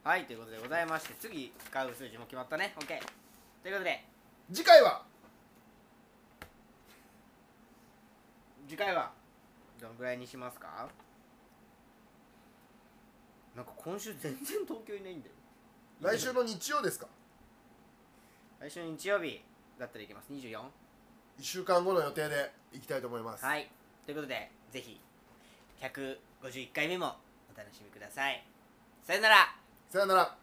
Speaker 1: はいということでございまして次使う数字も決まったね OK ということで
Speaker 2: 次回は
Speaker 1: 次回はどのぐらいにしますかなんか今週全然東京いないんだよ
Speaker 2: 来週の日曜ですか
Speaker 1: 来週日曜日だったらいけます24
Speaker 2: 1週間後の予定で行きたいと思います、
Speaker 1: はいということでぜひ151回目もお楽しみくださいさよなら
Speaker 2: さよなら